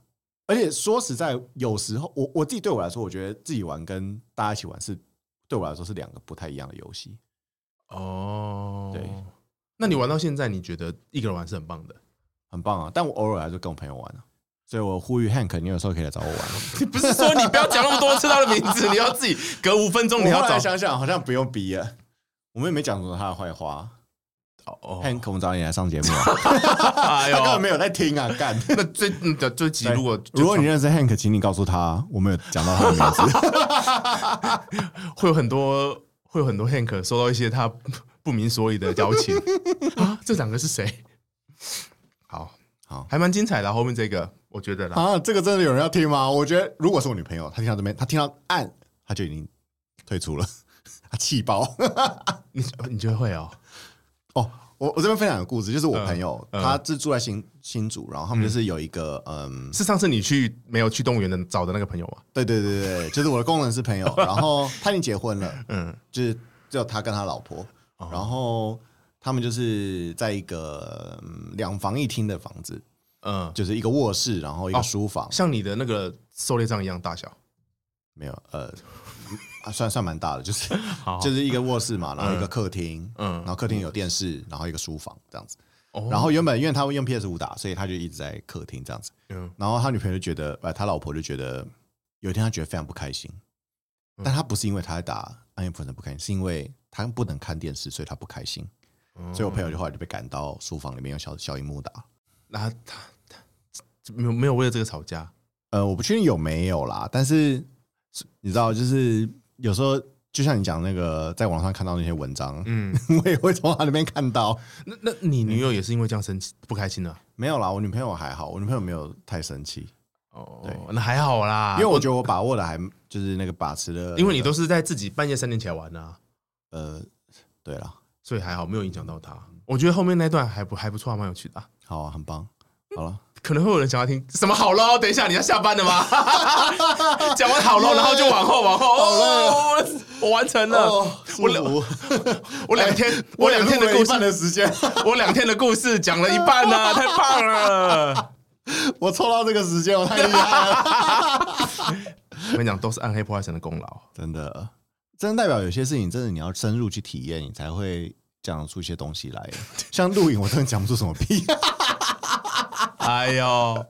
Speaker 1: 而且说实在，有时候我我自己对我来说，我觉得自己玩跟大家一起玩是对我来说是两个不太一样的游戏。
Speaker 2: 哦
Speaker 1: 对。
Speaker 2: 那你玩到现在，你觉得一个人玩是很棒的？
Speaker 1: 很棒啊！但我偶尔还是跟我朋友玩啊，所以我呼吁 Hank，你有时候可以来找我玩。
Speaker 2: [laughs]
Speaker 1: 啊
Speaker 2: 你不是说你不要讲那么多次他的名字，你要自己隔五分 [laughs] 钟你
Speaker 1: 我
Speaker 2: 要
Speaker 1: 后来
Speaker 2: 找
Speaker 1: 想想，好像不用逼啊，我们也没讲什么他的坏话。
Speaker 2: 哦，
Speaker 1: [laughs] Hank，我们找你来上节目、
Speaker 2: [laughs]
Speaker 1: 啊，
Speaker 2: 哎
Speaker 1: 他根本
Speaker 2: 呦，
Speaker 1: 没有在听啊！
Speaker 2: [laughs]
Speaker 1: 干，
Speaker 2: 那最嗯对最急，如果
Speaker 1: 如果你认识 Hank，请你告诉他，我们有讲到他的名字。
Speaker 2: [laughs]
Speaker 1: [laughs]
Speaker 2: 会有很多会有很多 Hank 收到一些他不不明所以的邀 [laughs] 请啊，这两个是谁？好
Speaker 1: 好
Speaker 2: 还蛮精彩的啊、后面这个我觉得啦，
Speaker 1: 啊，这个真的有人要听吗？我觉得如果是我女朋友，她听到这边，她听到按，她就已经退出了， [laughs] 她气爆。
Speaker 2: 你你觉得会哦？
Speaker 1: 哦，我我这边分享个故事，就是我
Speaker 2: 嗯
Speaker 1: 朋友，
Speaker 2: 嗯
Speaker 1: 他是住在新新竹，然后他们就是有一个嗯，
Speaker 2: 是上次你去没有去动物园的找的那个朋友吗？
Speaker 1: 对对对对，就是我的工程师朋友，然后他已经结婚了，
Speaker 2: 嗯，
Speaker 1: 就是只有他跟他老婆，
Speaker 2: 哦
Speaker 1: 然后他们就是在一个嗯两房一厅的房子，
Speaker 2: 嗯，
Speaker 1: 就是一个卧室，然后一个
Speaker 2: 哦
Speaker 1: 书房，
Speaker 2: 像你的那个狩猎杖一样大小，
Speaker 1: 没有呃。啊，算算蛮大的，就是
Speaker 2: 好
Speaker 1: [laughs] 就是一个卧室嘛，然后一个客厅，
Speaker 2: 嗯
Speaker 1: 嗯，然后客厅有电视，然后一个书房这样子。
Speaker 2: 哦
Speaker 1: 然后原本因为他会用 PS 五打，所以他就一直在客厅这样子。
Speaker 2: 嗯
Speaker 1: 然后他女朋友就觉得，呃，他老婆就觉得，有一天他觉得非常不开心，
Speaker 2: 嗯
Speaker 1: 但他不是因为他在打暗夜破城不开心，是因为他不能看电视，所以他不开心。
Speaker 2: 嗯
Speaker 1: 所以我朋友嗯就后来就被赶到书房里面用小小荧幕打。
Speaker 2: 然后他他没有没有为了这个吵架，
Speaker 1: 呃，我不确定有没有啦，但是你知道，就是有时候就像你讲那个，在网上看到那些文章，
Speaker 2: 嗯，
Speaker 1: [laughs] 我也会从他那边看到。
Speaker 2: 那那你女友也是因为这样生气不开心了、
Speaker 1: 没有啦，我女朋友还好，我女朋友没有太生气，
Speaker 2: 哦，那还好啦，
Speaker 1: 因为我觉得我把握的还就是那个把持的，
Speaker 2: 因为你都是在自己半夜三点起来玩啊，
Speaker 1: 呃，对了。
Speaker 2: 所以还好没有影响到他。我觉得后面那段还不还不错，还蛮有趣的啊、
Speaker 1: 好啊，很棒。好了，
Speaker 2: 可能会有人想要听什么好喽？等一下你要下班
Speaker 1: [laughs]
Speaker 2: 了吗？讲完好喽，然后就往后往后，哦，我我完成了，
Speaker 1: 哦
Speaker 2: 我两
Speaker 1: 我
Speaker 2: 我两天 [laughs] 我两天的故事，
Speaker 1: 的时间， [laughs]
Speaker 2: 我两天的故事讲了一半呢、太棒了！
Speaker 1: 我抽到这个时间，我太厉害
Speaker 2: [laughs]
Speaker 1: 了。
Speaker 2: 我跟你讲，都是暗黑破坏神的功劳。
Speaker 1: 真的，真的代表有些事情，真的你要深入去体验，你才会讲出一些东西来。像录影，我真的讲不出什么屁
Speaker 2: [laughs] 哎呦，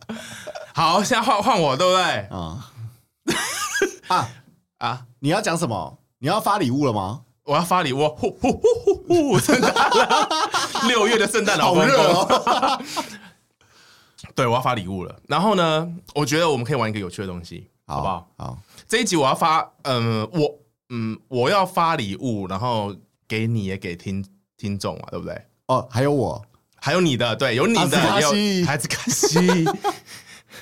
Speaker 2: 好，现在换换我，对不对？
Speaker 1: 啊啊！
Speaker 2: 啊，
Speaker 1: 你要讲什么？你要发礼物了吗？
Speaker 2: 我要发礼物，呼呼呼呼呼，圣诞了，六月的圣诞 [laughs] 老公公。
Speaker 1: 哦！
Speaker 2: 对，我要发礼物了。然后呢，我觉得我们可以玩一个有趣的东西，好不好
Speaker 1: 好？好，
Speaker 2: 这一集我要发，嗯，我嗯，我要发礼物，然后给你也给听听众嘛，对不对？
Speaker 1: 哦，还有我，
Speaker 2: 还有你的，对，有你
Speaker 1: 阿兹卡
Speaker 2: 的，有
Speaker 1: 西
Speaker 2: 孩子卡
Speaker 1: [laughs]
Speaker 2: 西，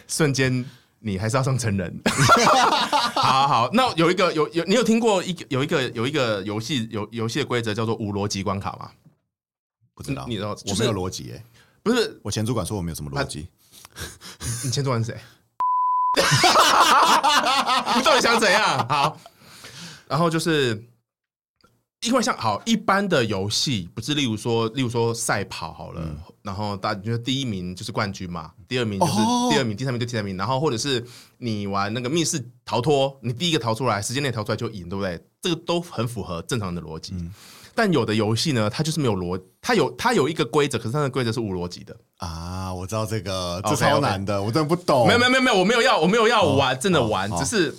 Speaker 2: 瞬间你还是要上成人。 [laughs] 好好好，那有一个有有，你有听过一个有一个有一个游戏游游戏的规则叫做无逻辑关卡吗？
Speaker 1: 不知道，
Speaker 2: 你你知道就
Speaker 1: 我
Speaker 2: 是
Speaker 1: 没有逻辑耶。
Speaker 2: 不是，
Speaker 1: 我前主管说我没有什么逻辑，
Speaker 2: 你前主管是谁？你到底想怎样？好，然后就是因为像好一般的游戏，不是例如说，例如说赛跑好了，然后大你觉得第一名就是冠军嘛，第二名就是
Speaker 1: 哦
Speaker 2: 第二名，第三名就第三名，然后或者是你玩那个密室逃脱，你第一个逃出来，时间内逃出来就赢，对不对？这个都很符合正常的逻辑。但有的游戏呢，它就是没有逻，它有它有一个规则，可是它的规则是无逻辑的。
Speaker 1: 啊，我知道这个，这
Speaker 2: OK，
Speaker 1: 超
Speaker 2: OK
Speaker 1: 难的，我真的不懂。
Speaker 2: 没有没有没有没有，我没有要我没有要玩，真的
Speaker 1: 哦
Speaker 2: 玩，
Speaker 1: 哦
Speaker 2: 只是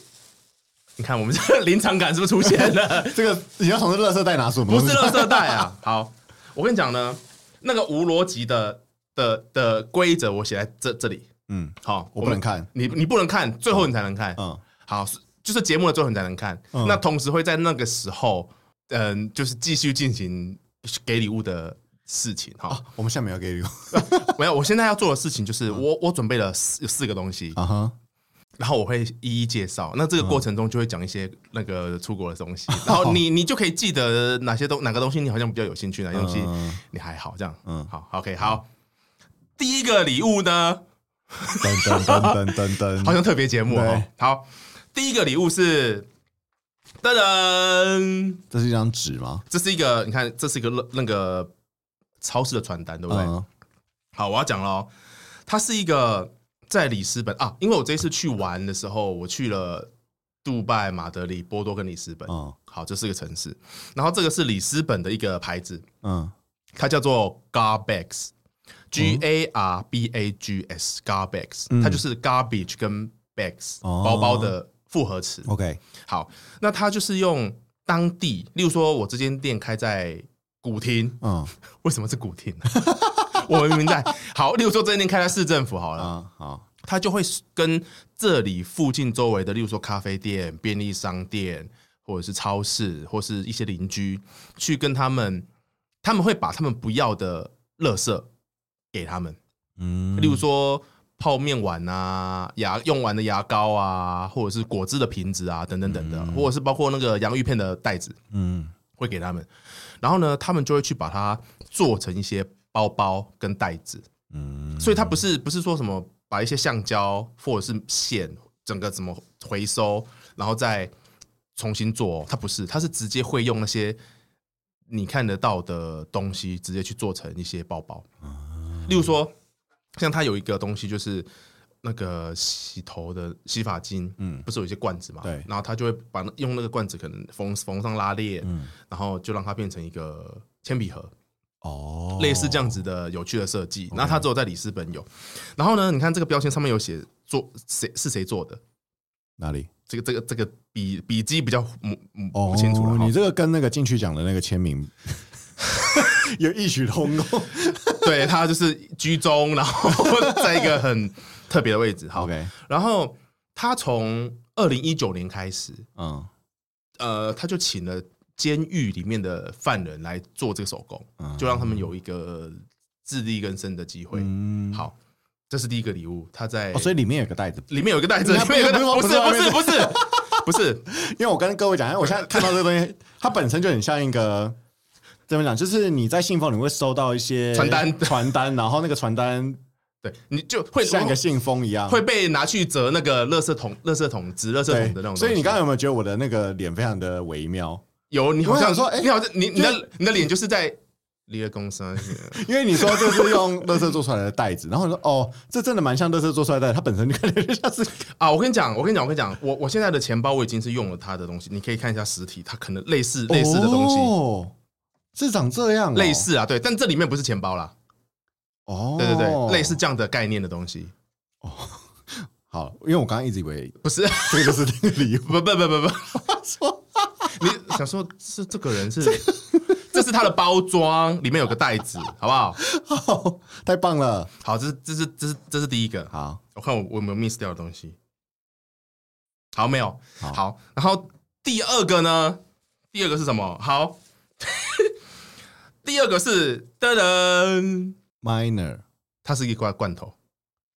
Speaker 2: 你看我们这个临场感是不是出现了？
Speaker 1: [laughs] 这个你要从这垃圾袋拿什么
Speaker 2: 不
Speaker 1: 东西？
Speaker 2: 是垃圾袋啊！ [laughs] 好，我跟你讲呢，那个无逻辑的的的规则我写在这这里。
Speaker 1: 嗯，
Speaker 2: 好，
Speaker 1: 我不能
Speaker 2: 们
Speaker 1: 看，
Speaker 2: 你你不能看，最后你才能看。
Speaker 1: 嗯，
Speaker 2: 好，是就是节目的最后你才能看。
Speaker 1: 嗯
Speaker 2: 那同时会在那个时候，嗯，就是继续进行给礼物的事情哈。
Speaker 1: 啊，我们下面要给礼物
Speaker 2: 没有，我现在要做的事情就是我我准备了四四个东西，
Speaker 1: 啊哈，
Speaker 2: 然后我会一一介绍。那这个过程中就会讲一些那个出国的东西，
Speaker 1: 嗯
Speaker 2: 然后你 [laughs] 你就可以记得哪些东哪个东西你好像比较有兴趣，哪些东西
Speaker 1: 嗯
Speaker 2: 你还好这样。嗯
Speaker 1: 嗯，
Speaker 2: 好，OK，好。第一个礼物呢，
Speaker 1: 嗯噔噔噔噔噔噔，
Speaker 2: 好像特别节目哦
Speaker 1: 对。
Speaker 2: 好，第一个礼物是，噔噔，
Speaker 1: 这是一张纸吗？
Speaker 2: 这是一个你看，这是一个那个超市的传单，对不对？
Speaker 1: 嗯
Speaker 2: 好，我要讲喽，它是一个在里斯本啊，因为我这一次去玩的时候，我去了杜拜、马德里、波多跟里斯本。
Speaker 1: 嗯
Speaker 2: 好，这是一个城市，然后这个是里斯本的一个牌子，
Speaker 1: 嗯
Speaker 2: 它叫做 Garbags。G A R B A G S Garbags，、它就是 garbage 跟 bags、
Speaker 1: 哦
Speaker 2: 包包的复合词。
Speaker 1: OK，
Speaker 2: 好，那它就是用当地，例如说我这间店开在古亭，
Speaker 1: 嗯
Speaker 2: 为什么是古亭？ [laughs] 我明白。好，例如说这间店开在市政府好了，
Speaker 1: 啊好，
Speaker 2: 它就会跟这里附近周围的，例如说咖啡店、便利商店，或者是超市，或是一些邻居，去跟他们，他们会把他们不要的垃圾给他们。
Speaker 1: 嗯，
Speaker 2: 例如说泡面碗啊、牙用完的牙膏啊，或者是果汁的瓶子啊，等等等的，或者是包括那个洋芋片的袋子，
Speaker 1: 嗯
Speaker 2: 会给他们。然后呢，他们就会去把它做成一些包包跟袋子，
Speaker 1: 嗯，
Speaker 2: 所以它不是不是说什么把一些橡胶或者是线整个怎么回收，然后再重新做、哦，它不是，它是直接会用那些你看得到的东西直接去做成一些包包，例如说像它有一个东西就是。那个洗头的洗发精，嗯
Speaker 1: 嗯，
Speaker 2: 不是有一些罐子嘛？
Speaker 1: 对
Speaker 2: 然后它就会把那用那个罐子可能缝缝上拉链，
Speaker 1: 嗯
Speaker 2: 然后就让它变成一个铅笔盒，
Speaker 1: 哦，
Speaker 2: 类似这样子的有趣的设计。然后它只有在里斯本有。然后呢，你看这个标签上面有写做谁是谁做的，
Speaker 1: 哪里？
Speaker 2: 这个这个这个笔笔记比较不
Speaker 1: 哦
Speaker 2: 不清楚了哈。
Speaker 1: 你这个跟那个进去讲的那个签
Speaker 2: [laughs]
Speaker 1: 名有异曲同工。
Speaker 2: 对它就是居中，然后在一个很特别的位置。好，
Speaker 1: OK，
Speaker 2: 然后他从二零一九年开始，
Speaker 1: 嗯
Speaker 2: 呃，他就请了监狱里面的犯人来做这个手工，
Speaker 1: 嗯
Speaker 2: 就让他们有一个自力更生的机会。
Speaker 1: 嗯，
Speaker 2: 好，这是第一个礼物，他在、
Speaker 1: 哦，所以里面有个袋子，
Speaker 2: 里面有一个袋子，里
Speaker 1: 那不
Speaker 2: 面有一个袋
Speaker 1: 不
Speaker 2: 不
Speaker 1: 是
Speaker 2: 是不是
Speaker 1: 不
Speaker 2: 不是不是，
Speaker 1: 因为我跟各位
Speaker 2: [laughs]
Speaker 1: 讲，我现在看到这个东西，它本身就很像一个。怎么讲？就是你在信封里会收到一些
Speaker 2: 传单
Speaker 1: 传单，然后那个传单
Speaker 2: 对，你就会
Speaker 1: 像一个信封一样，
Speaker 2: 会被拿去折那个垃圾桶、垃圾桶、纸垃圾桶的那种东西。
Speaker 1: 所以你刚刚有没有觉得我的那个脸非常的微妙？
Speaker 2: 有你好
Speaker 1: 我想
Speaker 2: 像
Speaker 1: 说哎
Speaker 2: 你好像你你的你的脸就是在你的公司啊，
Speaker 1: 因为你说这是用 [laughs] 乐色做出来的袋子，然后你说哦，这真的蛮像乐色做出来的袋子，它本身就感觉就像是
Speaker 2: [laughs] 啊我跟你讲，我跟你讲，我跟你讲，我我现在的钱包我已经是用了它的东西，你可以看一下实体，它可能类似 [laughs] 类似的东西，
Speaker 1: 哦，是长这样哦、
Speaker 2: 类似啊，对，但这里面不是钱包啦，
Speaker 1: 哦，
Speaker 2: 对对对，类似。这样的概念的东西，
Speaker 1: 好，因为我刚刚一直以为
Speaker 2: 不是 [laughs]
Speaker 1: 这个就是那个礼物，
Speaker 2: 不不不不不，
Speaker 1: [laughs] 说
Speaker 2: 你想说是这个人是，这是他的包装，里面有个袋子，好不好？
Speaker 1: 好太棒了。
Speaker 2: 好，这是这是这是这是第一个。
Speaker 1: 好，
Speaker 2: 我看我我有没有 miss 掉的东西。好，没有。
Speaker 1: 好
Speaker 2: 然后第二个呢？第二个是什么？好，第二个是噔噔，
Speaker 1: minor，
Speaker 2: 它是一罐罐头，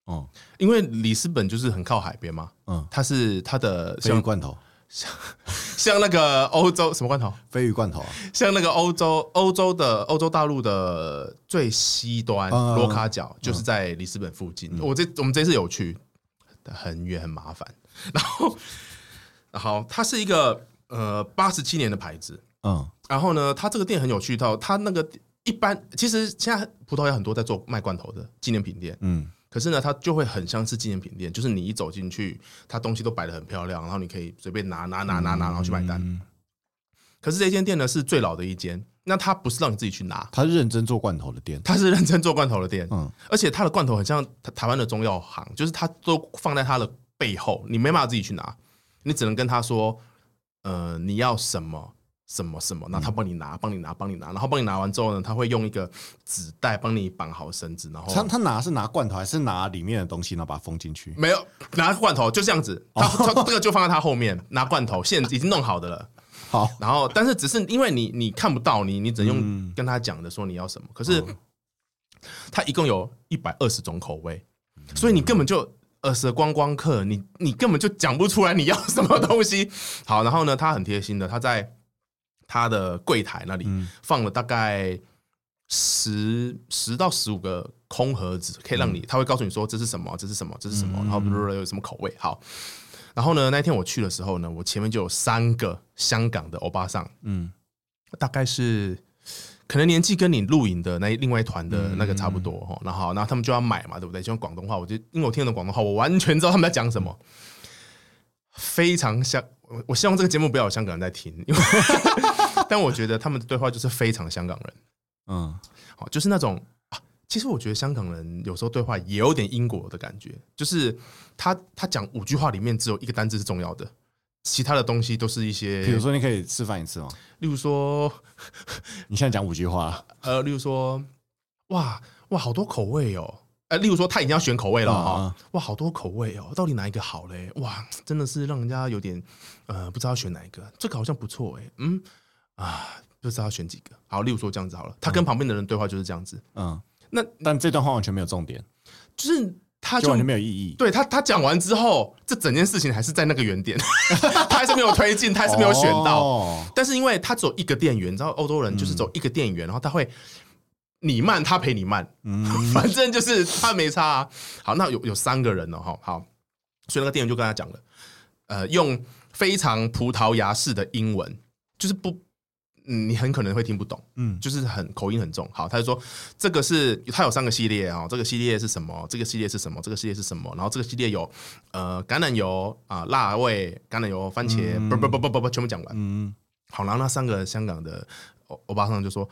Speaker 1: 哦，
Speaker 2: 因为里斯本就是很靠海边嘛，
Speaker 1: 嗯，
Speaker 2: 它是它的
Speaker 1: 鲱鱼
Speaker 2: 像
Speaker 1: 罐头，
Speaker 2: 像那个欧洲什么罐头，
Speaker 1: 鲱鱼罐头啊，
Speaker 2: 像那个欧洲欧洲的欧洲大陆的最西端
Speaker 1: 嗯
Speaker 2: 罗卡角，就是在里斯本附近。我这我们这次有去，很远很麻烦。 [laughs] 然后，然后它是一个呃八十七年的牌子。
Speaker 1: 嗯
Speaker 2: 然后呢，它这个店很有趣到，它那个一般其实现在葡萄牙很多在做卖罐头的纪念品店，
Speaker 1: 嗯
Speaker 2: 可是呢，它就会很像是纪念品店，就是你一走进去，它东西都摆的很漂亮，然后你可以随便拿拿拿拿拿，然后去买单。
Speaker 1: 嗯，
Speaker 2: 可是这间店呢是最老的一间，那它不是让你自己去拿，
Speaker 1: 他认真做罐头的店，
Speaker 2: 它是认真做罐头的店，
Speaker 1: 嗯
Speaker 2: 而且它的罐头很像台台湾的中药行，就是它都放在它的背后，你没办法自己去拿，你只能跟他说，呃，你要什么什么什么，那他帮你拿，帮你拿，帮你拿，然后帮你拿完之后呢，他会用一个纸袋帮你绑好绳子，然后
Speaker 1: 他他拿是拿罐头还是拿里面的东西，然后把它封进去？
Speaker 2: 没有拿罐头就这样子，他他这个就放在他后面拿罐头，现已经弄好的了。
Speaker 1: 好，
Speaker 2: 然后，但是只是因为你你看不到你，你只能用跟他讲的说你要什么。可是
Speaker 1: 哦
Speaker 2: 它一共有一百二十种口味，所以你根本就耳舌光光客，你你根本就讲不出来你要什么东西。好，然后呢，他很贴心的，他在他的柜台那里放了大概十十到十五个空盒子，可以让你他会告诉你说这是什么，这是什么，这是什么，然后有什么口味。好，然后呢，那一天我去的时候呢，我前面就有三个香港的欧巴桑，
Speaker 1: 嗯
Speaker 2: 大概是可能年纪跟你录影的那一另外一团的
Speaker 1: 嗯
Speaker 2: 那个差不多哦。然后，然后他们就要买嘛，对不对？就用广东话，我就因为我听得懂广东话，我完全知道他们在讲什么，非常像。我我 [laughs] 希望这个节目不要有香港人在听，因为但我觉得他们的对话就是非常香港人。
Speaker 1: 嗯，
Speaker 2: 好，就是那种、啊其实我觉得香港人有时候对话也有点英国的感觉，就是他他讲五句话里面只有一个单字是重要的，其他的东西都是一些，
Speaker 1: 比如，说你可以示范一次吗？哦
Speaker 2: 例如说，
Speaker 1: 你现在讲五句话，
Speaker 2: 呃，例如说，哇哇，好多口味哦。呃，例如说，他已经要选口味了
Speaker 1: 嗯
Speaker 2: 啊、哇，好多口味哦，到底哪一个好嘞？哇，真的是让人家有点呃，不知道选哪一个，这个好像不错哎，嗯啊，不知道选几个。好，例如说这样子好了，他跟旁边的人对话就是这样子，
Speaker 1: 嗯，
Speaker 2: 那
Speaker 1: 但这段话完全没有重点，
Speaker 2: 就是他
Speaker 1: 就
Speaker 2: 就
Speaker 1: 完全没有意义。
Speaker 2: 对他，他讲完之后，这整件事情还是在那个原点， [laughs] 他还是没有推进，他还是没有选到。
Speaker 1: 哦
Speaker 2: 但是因为他只有一个店员，你知道欧洲人就是走一个店员，然后他会你慢，他陪你慢， [laughs] 反正就是他没差、啊。好，那有有三个人哦，哈，好，所以那个店员就跟他讲了，呃，用非常葡萄牙式的英文，就是不，嗯你很可能会听不懂。
Speaker 1: 嗯
Speaker 2: 就是很口音很重。好，他就说这个是它有三个系列哦，这个系列是什么？这个系列是什么？这个系列是什么？然后这个系列有呃橄榄油啊、辣味、橄榄油、番茄，不不不不不不，全部讲完。
Speaker 1: 嗯，
Speaker 2: 好，然后那三个香港的欧欧巴桑就说。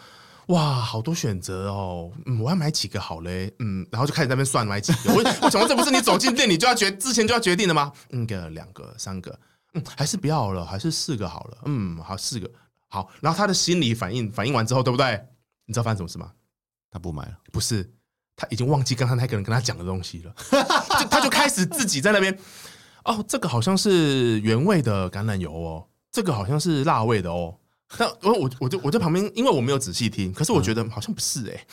Speaker 2: 哇，好多选择哦！嗯，我要买几个好嘞？嗯，然后就开始在那边算买几个。为为什么这不是你走进店你就要决之前就要决定的吗？嗯，个两个、三个，嗯，还是不要了，还是四个好了。嗯，好，四个好。然后他的心理反应反应完之后，对不对？你知道发生什么事吗？
Speaker 1: 他不买了，
Speaker 2: 不是，他已经忘记刚刚那个人跟他讲的东西了， [laughs] 就他就开始自己在那边，哦，这个好像是原味的橄榄油哦，这个好像是辣味的哦。但我我我就我在旁边，因为我没有仔细听，可是我觉得好像不是哎、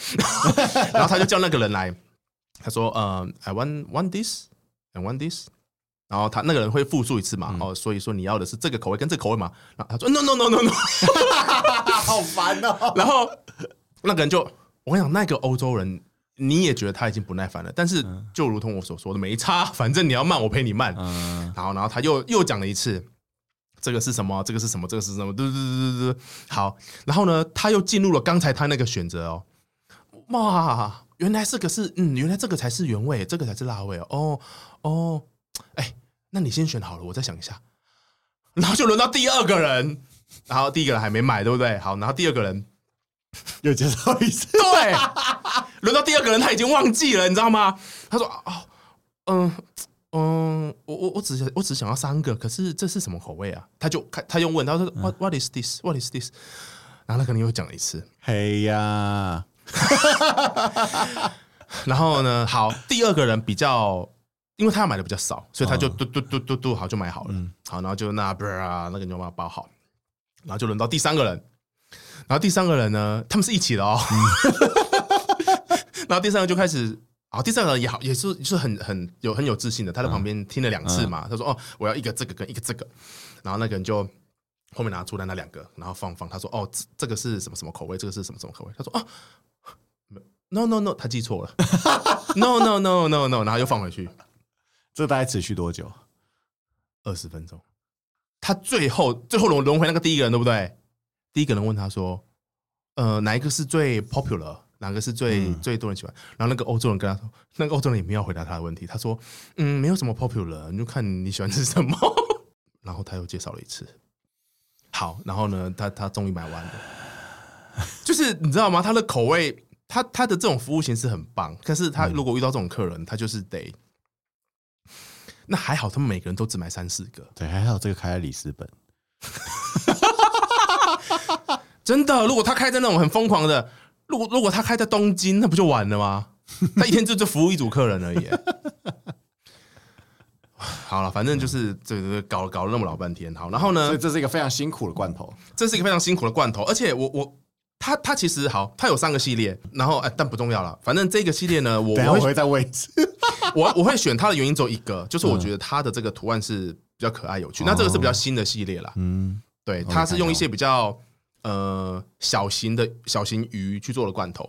Speaker 2: [laughs] 然后他就叫那个人来，他说：“呃，I want want this and want this。”然后他那个人会复述一次嘛，哦，所以说你要的是这个口味跟这个口味嘛。然后他说：“No no no no no。”
Speaker 1: [laughs] 好烦哦。
Speaker 2: [laughs] 然后那个人就，我跟你讲，那个欧洲人，你也觉得他已经不耐烦了，但是就如同我所说的，没差，反正你要慢，我陪你慢。
Speaker 1: 嗯，
Speaker 2: 然后，然后他又又讲了一次，这个是什么？这个是什么？这个是什么？嘟嘟嘟嘟嘟。好，然后呢，他又进入了刚才他那个选择哦，哇，原来这个是，嗯，原来这个才是原味，这个才是辣味哦，哦，哦哎，那你先选好了，我再想一下。然后就轮到第二个人，然后第一个人还没买，对不对？好，然后第二个人。
Speaker 1: 又介绍一次，
Speaker 2: 对，轮到第二个人他已经忘记了，你知道吗？他说：“哦，嗯嗯，我我我只想我只想要三个，可是这是什么口味啊？”他就看他又问，他说：“What What is this? What is this？” 然后他可能又讲了一次，
Speaker 1: [laughs] 嘿呀，
Speaker 2: 然后呢，好，第二个人比较，因为他买的比较少，所以他就嘟嘟嘟嘟嘟，好就买好了。好，然后就那不啊那个你就把它包好，然后就轮到第三个人，然后第三个人呢，他们是一起的哦。然后第三个就开始，啊，第三个人也好，也是就是很很有很有自信的，他在旁边听了两次嘛，他说哦，我要一个这个跟一个这个，然后那个人就。后面拿出来那两个，然后放放。他说：“哦，这这个是什么什么口味？这个是什么什么口味？”他说：“哦，no no no，他记错了，no no no no no，然后又放回去
Speaker 1: 这大概持续多久？
Speaker 2: 二十分钟。他最后最后轮轮回那个第一个人，对不对？第一个人问他说：“呃，哪一个是最 popular？哪个是最、最多人喜欢？”然后那个欧洲人跟他说，那个欧洲人也没有回答他的问题，他说：“嗯，没有什么 popular，你就看你喜欢吃什么。” [laughs] 然后他又介绍了一次。好，然后呢，他他终于买完了，就是你知道吗？他的口味，他他的这种服务形式很棒，但是他如果遇到这种客人，他就是得。那还好，他们每个人都只买三四个，
Speaker 1: 对，还好这个开在里斯本，
Speaker 2: 真的，如果他开在那种很疯狂的，如果如果他开在东京，那不就完
Speaker 1: [laughs]
Speaker 2: 了吗？他一天就就服务一组客人而已。好了，反正就是这这搞搞了那么老半天。好，然后
Speaker 1: 所
Speaker 2: 呢
Speaker 1: 以，这是一个非常辛苦的罐头。
Speaker 2: 这是一个非常辛苦的罐头，而且我我他他其实好，他有三个系列，然后哎，但不重要了。反正这个系列呢，我
Speaker 1: 等一下
Speaker 2: 我
Speaker 1: 我
Speaker 2: 会
Speaker 1: 会再问一次。
Speaker 2: 我我会选它的原因只有一个，就是
Speaker 1: 嗯
Speaker 2: 我觉得它的这个图案是比较可爱有趣。那这个是比较新的系列啦，
Speaker 1: 哦嗯，
Speaker 2: 对，
Speaker 1: 我
Speaker 2: 它
Speaker 1: 看
Speaker 2: 是用
Speaker 1: 到
Speaker 2: 一些比较呃小型的小型鱼去做的罐头。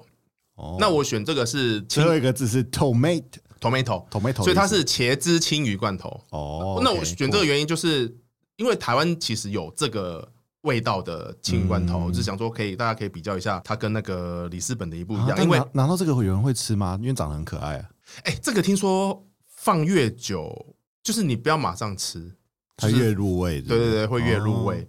Speaker 1: 哦
Speaker 2: 那我选这个是
Speaker 1: 最后一个字是 tomato
Speaker 2: tomato，
Speaker 1: tomato，
Speaker 2: 所以它是茄汁青鱼罐头。
Speaker 1: 哦。
Speaker 2: 那
Speaker 1: OK，
Speaker 2: 我选这个
Speaker 1: cool
Speaker 2: 原因就是因为台湾其实有这个味道的青鱼罐头，
Speaker 1: 嗯
Speaker 2: 就是想说可以大家可以比较一下它跟那个里斯本的一不一
Speaker 1: 啊
Speaker 2: 样，
Speaker 1: 但
Speaker 2: 因为
Speaker 1: 拿拿到这个有人会吃吗？因为长得很可爱啊，
Speaker 2: 哎、这个听说放越久，就是你不要马上吃，
Speaker 1: 它
Speaker 2: 就是
Speaker 1: 越入味是不
Speaker 2: 对
Speaker 1: 是。
Speaker 2: 对对，会越入
Speaker 1: 哦
Speaker 2: 味。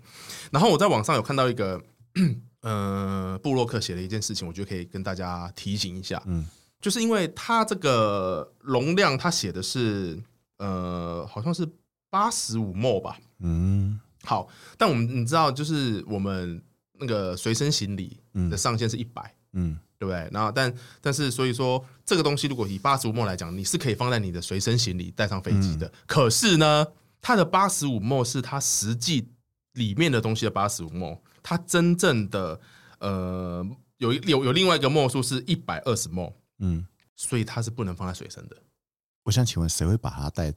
Speaker 2: 然后我在网上有看到一个 [clears throat] 呃布洛克写了一件事情，我觉得可以跟大家提醒一下，
Speaker 1: 嗯
Speaker 2: 就是因为他这个容量，他写的是呃好像是八十五 m 吧，
Speaker 1: 嗯
Speaker 2: 好，但我们你知道，就是我们那个随身行李的上限是一百、
Speaker 1: 嗯
Speaker 2: 对不对？然后但但是所以说，这个东西如果以八十五墨来讲，你是可以放在你的随身行李带上飞机的。可是呢，它的八十五墨是它实际里面的东西的八十五墨，它真正的呃有有有另外一个墨数是一百二十墨，
Speaker 1: 嗯，
Speaker 2: 所以它是不能放在随身的。
Speaker 1: 我想请问谁会把它带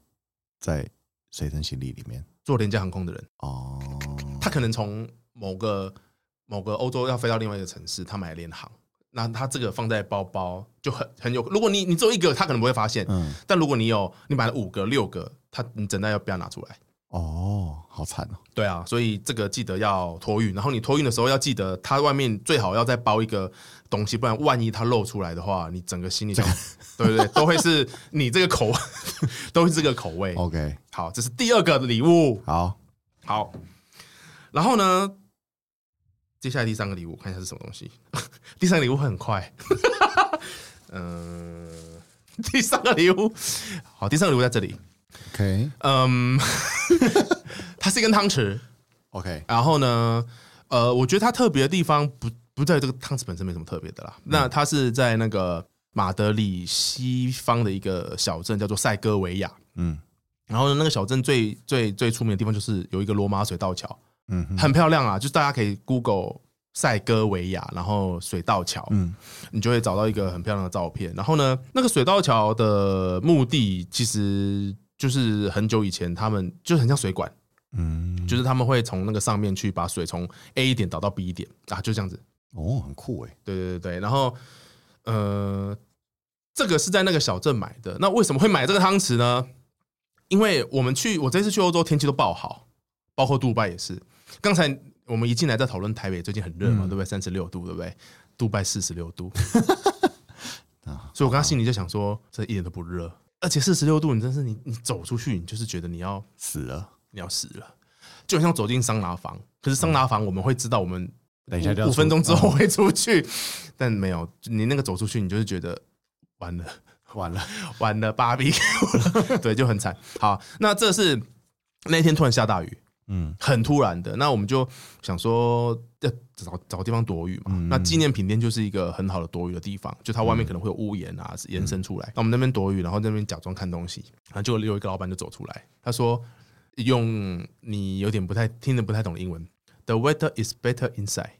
Speaker 1: 在随身行李里面？
Speaker 2: 坐廉价航空的人，
Speaker 1: 哦，
Speaker 2: 他可能从某个某个欧洲要飞到另外一个城市，他买联航，那他这个放在包包就很很有。如果你你只有一个，他可能不会发现；
Speaker 1: 嗯
Speaker 2: 但如果你有你买了五个、六个，他你整袋要不要拿出来？
Speaker 1: 哦，好惨哦，
Speaker 2: 对啊，所以这个记得要托运，然后你托运的时候要记得，它外面最好要再包一个东西，不然万一它漏出来的话，你整个行李箱，对不对？都会是你这个口，都是这个口味。
Speaker 1: OK，
Speaker 2: 好，这是第二个礼物。
Speaker 1: 好，
Speaker 2: 好，然后呢，接下来第三个礼物，看一下是什么东西。 [laughs] 第三个礼物会很快， [laughs] 嗯、第三个礼物，好，第三个礼物在这里，
Speaker 1: OK
Speaker 2: 嗯， [laughs] 它是一根汤匙，
Speaker 1: OK，
Speaker 2: 然后呢，呃，我觉得它特别的地方不不在于这个汤匙本身没什么特别的
Speaker 1: 嗯
Speaker 2: 啦，那它是在那个马德里西方的一个小镇叫做塞戈维亚，
Speaker 1: 嗯
Speaker 2: 然后呢，那个小镇最最最出名的地方就是有一个罗马水道桥。
Speaker 1: 嗯哼
Speaker 2: 很漂亮啊，就是大家可以 Google 塞戈维亚，然后水道桥，
Speaker 1: 嗯
Speaker 2: 你就会找到一个很漂亮的照片。然后呢，那个水道桥的目的其实就是很久以前他们就很像水管，
Speaker 1: 嗯，
Speaker 2: 就是他们会从那个上面去把水从 A 点导到 B 点啊，就这样子。
Speaker 1: 哦，很酷哎，
Speaker 2: 对对对对，然后呃，这个是在那个小镇买的。那为什么会买这个汤匙呢？因为我们去，我这次去欧洲天气都爆好，包括杜拜也是。刚才我们一进来在讨论台北最近很热嘛，
Speaker 1: 嗯
Speaker 2: 对不对？三十六度，对不对？杜拜四十六度，
Speaker 1: 啊
Speaker 2: 所以我刚刚心里就想说，这一点都不热，而且四十六度，你真是你你走出去，你就是觉得你要
Speaker 1: 死了，
Speaker 2: 你要死了，就很像走进桑拿房。可是桑拿房我们会知道我们
Speaker 1: 等一下就要
Speaker 2: 五
Speaker 1: 出嗯
Speaker 2: 五分钟之后会出去，但没有你那个走出去，你就是觉得完了
Speaker 1: 完了，
Speaker 2: [laughs] 完了芭比 [laughs] 对，就很惨。好，那这是那天突然下大雨，
Speaker 1: 嗯
Speaker 2: 很突然的，那我们就想说要找找地方躲雨嘛。
Speaker 1: 嗯
Speaker 2: 那纪念品店就是一个很好的躲雨的地方，就它外面可能会有屋檐啊
Speaker 1: 嗯
Speaker 2: 延伸出来，那我们那边躲雨，然后那边假装看东西，然后就有一个老板就走出来，他说用你有点不太听得不太懂的英文，The weather is better inside。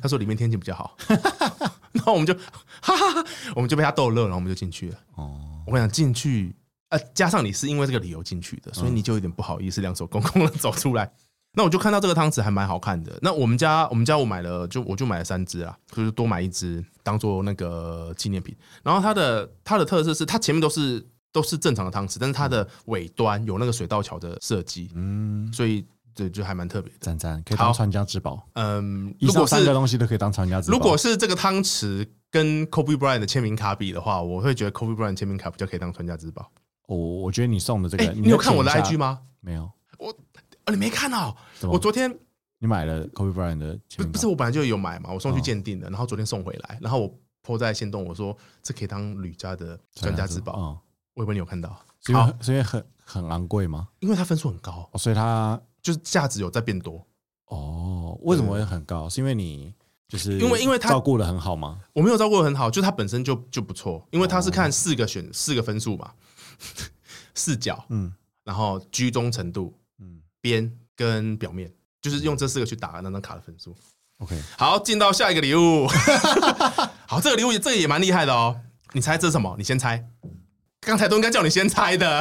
Speaker 2: 他说里面天气比较好， [laughs] 然后我们就 [laughs] 哈哈哈，我们就被他逗乐，然后我们就进去了。
Speaker 1: 哦，
Speaker 2: 我跟你讲，进去呃，加上你是因为这个理由进去的，所以你就有点不好意思，两手空空的走出来。那我就看到这个汤匙还蛮好看的。那我们家我们家我买了，就我就买了三只啊，就是多买一只当做那个纪念品。然后它的它的特色是它前面都是都是正常的汤匙，但是它的尾端有那个水道桥的设计，
Speaker 1: 嗯，
Speaker 2: 所以这就还蛮特别的。
Speaker 1: 赞赞，可以
Speaker 2: 好
Speaker 1: 当传家之宝，
Speaker 2: 嗯，
Speaker 1: 以
Speaker 2: 如
Speaker 1: 上
Speaker 2: 果
Speaker 1: 三
Speaker 2: 是
Speaker 1: 个东西都可以当传家之宝，
Speaker 2: 如果是这个汤匙跟 Kobe Bryant 的签名卡比的话，我会觉得 Kobe Bryant 签名卡比较可以当传家之宝。
Speaker 1: 我哦我觉得你送的这
Speaker 2: 哎、
Speaker 1: 个，
Speaker 2: 你有看我的
Speaker 1: 请一下
Speaker 2: IG 吗？
Speaker 1: 没有？
Speaker 2: 啊，你没看哦？
Speaker 1: 怎么
Speaker 2: 我昨天
Speaker 1: 你买了 Kobe Bryant 的签
Speaker 2: 不
Speaker 1: 名
Speaker 2: 不
Speaker 1: 卡
Speaker 2: 是我本来就有啊买嘛，我送去鉴定的，然后昨天送回来，然后我泼在线动，我说这可以当吕家的专家之宝。
Speaker 1: 嗯，
Speaker 2: 我以啊为你有看到，
Speaker 1: 哦是因为是因为很很昂贵吗？
Speaker 2: 因为它分数很高，
Speaker 1: 哦，所以它
Speaker 2: 就是价值有在变多。
Speaker 1: 哦，为什么会很高？是因为你就是
Speaker 2: 因为因为它
Speaker 1: 照顾的很好吗？
Speaker 2: 我没有照顾的很好，就它本身就就不错，因为它是看四个选四个分数嘛， [laughs] 视角，
Speaker 1: 嗯
Speaker 2: 然后居中程度、
Speaker 1: 嗯
Speaker 2: 边跟表面，就是用这四个去打那张卡的分数。
Speaker 1: ，OK，
Speaker 2: 好，进到下一个礼物。 [laughs] 好，这个礼物也这个也蛮厉害的哦。你猜这是什么？你先猜。刚才都应该叫你先猜的。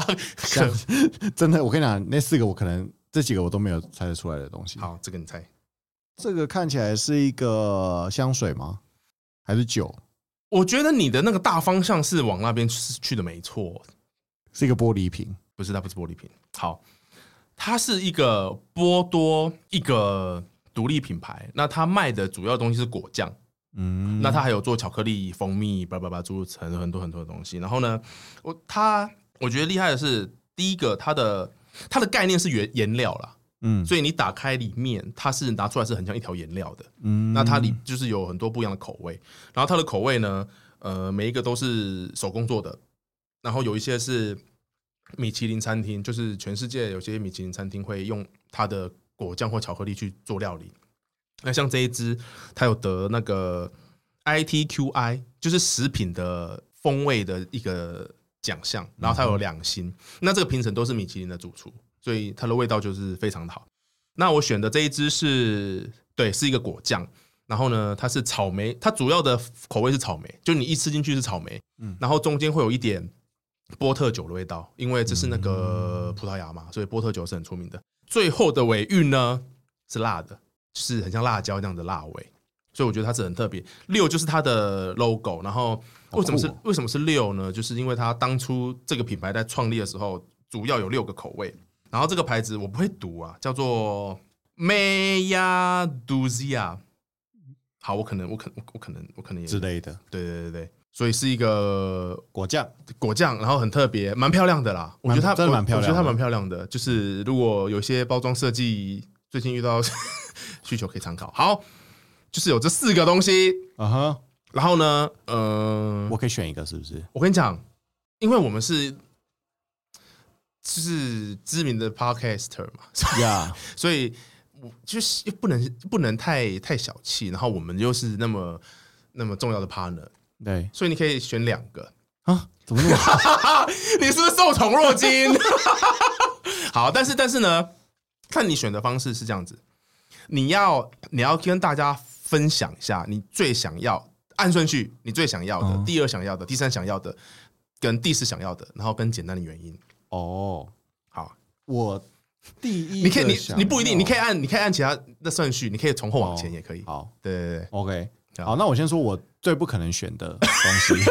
Speaker 1: [laughs] 真的，我跟你讲，那四个我可能这几个我都没有猜得出来的东西。，
Speaker 2: [laughs] 好，这个你猜。
Speaker 1: 这个看起来是一个香水吗？还是酒？
Speaker 2: 我觉得你的那个大方向是往那边去去的，没错。
Speaker 1: 是一个玻璃瓶？
Speaker 2: 不是，它不是玻璃瓶。好，它是一个波多一个独立品牌，那它卖的主要东西是果酱。
Speaker 1: 嗯
Speaker 2: 那它还有做巧克力、蜂蜜，叭叭叭，诸如此类很多很多的东西。然后呢，我它我觉得厉害的是，第一个它的它的概念是原颜料啦，
Speaker 1: 嗯
Speaker 2: 所以你打开里面，它是拿出来是很像一条颜料的。
Speaker 1: 嗯
Speaker 2: 那它里就是有很多不一样的口味，然后它的口味呢，呃，每一个都是手工做的，然后有一些是米其林餐厅，就是全世界有些米其林餐厅会用它的果酱或巧克力去做料理。那像这一支，它有得那个 ITQI，就是食品的风味的一个奖项，然后它有两星。那这个评审都是米其林的主厨，所以它的味道就是非常的好。那我选的这一支是对，是一个果酱。然后呢，它是草莓，它主要的口味是草莓，就你一吃进去是草莓，
Speaker 1: 嗯
Speaker 2: 然后中间会有一点波特酒的味道，因为这是那
Speaker 1: 嗯
Speaker 2: 个葡萄牙嘛，所以波特酒是很出名的。最后的尾韵呢是辣的，就是很像辣椒那样的辣味，所以我觉得它是很特别。六就是它的 logo，然后为什么是、
Speaker 1: 好酷哦
Speaker 2: 为什么是六呢？就是因为它当初这个品牌在创立的时候，主要有六个口味，然后这个牌子我不会读啊，叫做 Maya Duzia。好，我可能，我可我我可能，我可能也
Speaker 1: 之类的
Speaker 2: 对对对对，所以是一个
Speaker 1: 果酱，
Speaker 2: 果酱，然后很特别，蛮漂亮的啦。我觉得它
Speaker 1: 真的蛮漂亮的
Speaker 2: 我觉得它蛮漂亮的。就是如果有些包装设计最近遇到 [laughs] 需求，可以参考。好，就是有这四个东西。
Speaker 1: 啊哈，
Speaker 2: 然后呢，呃，
Speaker 1: 我可以选一个是不是？
Speaker 2: 我跟你讲，因为我们是就是知名的 podcaster 嘛，
Speaker 1: [laughs] 呀，
Speaker 2: 所以我就是不能不能太太小气。然后我们又是那么那么重要的 partner，
Speaker 1: 对
Speaker 2: 所以你可以选两个。
Speaker 1: 啊，怎么那么好
Speaker 2: [laughs] 你是不是受宠若惊？ [laughs] 好，但是但是呢，看你选的方式是这样子，你要你要跟大家分享一下你最想要按顺序，你最想要的，
Speaker 1: 嗯
Speaker 2: 第二想要的，第三想要的，跟第四想要的，然后跟简单的原因。
Speaker 1: 哦？
Speaker 2: 好，
Speaker 1: 我第一
Speaker 2: 你可以
Speaker 1: 个
Speaker 2: 你
Speaker 1: 想
Speaker 2: 你不一定，
Speaker 1: 要
Speaker 2: 你可以按你可以按其他的顺序，你可以从后往前也可以。
Speaker 1: 好
Speaker 2: 对对对，
Speaker 1: 哦，OK，
Speaker 2: 好
Speaker 1: 好，那我先说我最不可能选的东西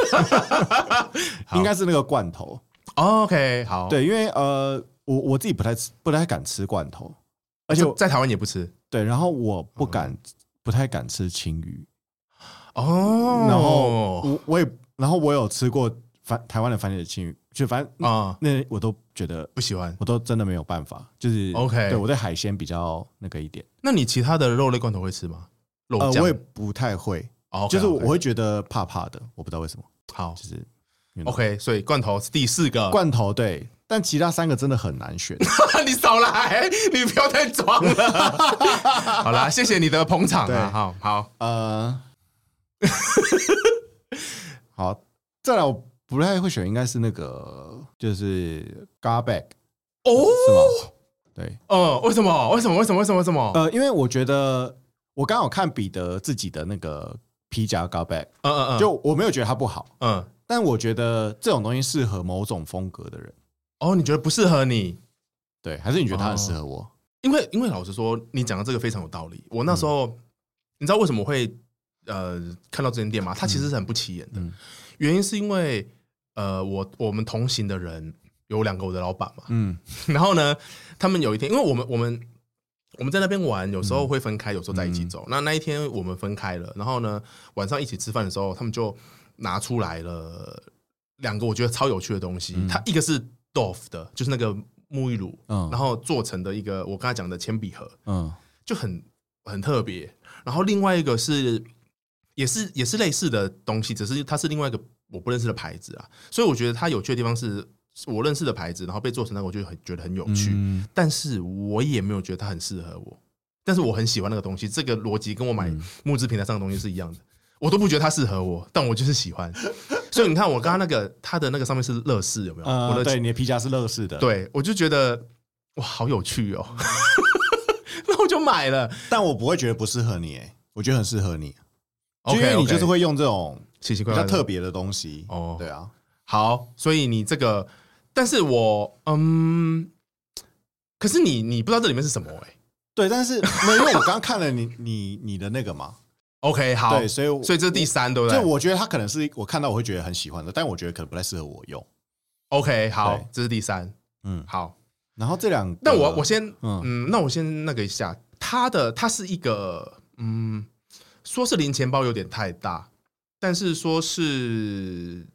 Speaker 2: [laughs] ，好
Speaker 1: 应该是那个罐头。
Speaker 2: 哦 OK，好，，
Speaker 1: 对，因为呃，我我自己不太吃，不太敢吃罐头，而
Speaker 2: 而
Speaker 1: 且
Speaker 2: 且
Speaker 1: 我
Speaker 2: 在台湾也不吃
Speaker 1: 对，然后我不
Speaker 2: 嗯
Speaker 1: 敢，不太敢吃青鱼，
Speaker 2: 哦，
Speaker 1: 然后我我也，然后我有吃过番台湾的番茄青鱼，就反正
Speaker 2: 啊、
Speaker 1: 那我都觉得，
Speaker 2: 不喜欢。
Speaker 1: 我都真的没有办法，就是
Speaker 2: OK
Speaker 1: 对我对海鲜比较那个一点，
Speaker 2: 那你其他的肉类罐头会吃吗？肉
Speaker 1: 呃，
Speaker 2: 酱
Speaker 1: 我也不太会，
Speaker 2: 哦，OK，OK，
Speaker 1: 就是我会觉得怕怕的，我不知道为什么，
Speaker 2: 好
Speaker 1: 就是 you know
Speaker 2: OK，所以罐头是第四个，
Speaker 1: 罐头对，但其他三个真的很难选，
Speaker 2: [laughs] 你少来，你不要再
Speaker 1: [laughs]
Speaker 2: 装了。好啦，谢谢你的捧场啊，
Speaker 1: 对
Speaker 2: 好好
Speaker 1: 呃，好，再来我不太会选，应该是那个就是 Garbag 是
Speaker 2: 哦，
Speaker 1: 吗？对，
Speaker 2: 嗯，为什么？为什么？为什么？为什么？为什么？
Speaker 1: 呃，因为我觉得我刚好看彼得自己的那个皮夹 Garbag，
Speaker 2: 嗯嗯嗯，
Speaker 1: 呃就我没有觉得它不好，
Speaker 2: 嗯，
Speaker 1: 但我觉得这种东西适合某种风格的人，
Speaker 2: 哦，你觉得不适合你？
Speaker 1: 对，还是你觉得它很适合我？
Speaker 2: 因为因为老实说，你讲的这个非常有道理。我那时候，
Speaker 1: 嗯
Speaker 2: 你知道为什么会呃看到这间店吗？它其实是很不起眼的，
Speaker 1: 嗯
Speaker 2: 原因是因为呃我我们同行的人有两个我的老板嘛， [laughs]
Speaker 1: 嗯
Speaker 2: 然后呢，他们有一天，因为我们我们我们在那边玩，有
Speaker 1: 嗯
Speaker 2: 时候会分开，有时候在一起走。那那一天我们分开了，然后呢，晚上一起吃饭的时候，他们就拿出来了两个我觉得超有趣的东西。它一个是 Dove 的，就是那个沐浴乳，
Speaker 1: 嗯
Speaker 2: 然后做成的一个我刚才讲的铅笔盒，
Speaker 1: 嗯
Speaker 2: 就很很特别。然后另外一个是也是也是类似的东西，只是它是另外一个我不认识的牌子啊。所以我觉得它有趣的地方是。我认识的牌子，然后被做成那个，我就很觉得很有趣。
Speaker 1: 嗯
Speaker 2: 但是我也没有觉得它很适合我，但是我很喜欢那个东西，这个逻辑跟我买
Speaker 1: 嗯
Speaker 2: 木质平台上的东西是一样的，我都不觉得它适合我，但我就是喜欢。所以你看，我刚刚那个它的那个上面是乐事，有没有？我
Speaker 1: 呃，
Speaker 2: 的
Speaker 1: 对，你的皮夹是乐事的，，
Speaker 2: 对我就觉得哇，好有趣哦， [laughs] 那我就买了。
Speaker 1: 但我不会觉得不适合你，哎，我觉得很适合你，就
Speaker 2: OK，
Speaker 1: 因为你就是会用这种。
Speaker 2: 奇奇
Speaker 1: 比
Speaker 2: 怪
Speaker 1: 较
Speaker 2: 怪
Speaker 1: 特
Speaker 2: 的。
Speaker 1: 别的东西
Speaker 2: 哦
Speaker 1: 对啊，
Speaker 2: 好，所以你这个，但是我嗯，可是你你不知道这里面是什么哎、
Speaker 1: 对，但是没有，因为我刚刚看了你你你的那个嘛，
Speaker 2: OK，好，
Speaker 1: 对，所以我
Speaker 2: 所以这是第三，对不对？
Speaker 1: 就我觉得它可能是我看到我会觉得很喜欢的，但我觉得可能不太适合我用，
Speaker 2: OK，好
Speaker 1: 对，
Speaker 2: 这是第三，
Speaker 1: 嗯，
Speaker 2: 好。
Speaker 1: 然后这两个，
Speaker 2: 那我我先，
Speaker 1: 嗯
Speaker 2: 嗯，那我先那个一下，它的它是一个，嗯，说是零钱包有点太大，但是说是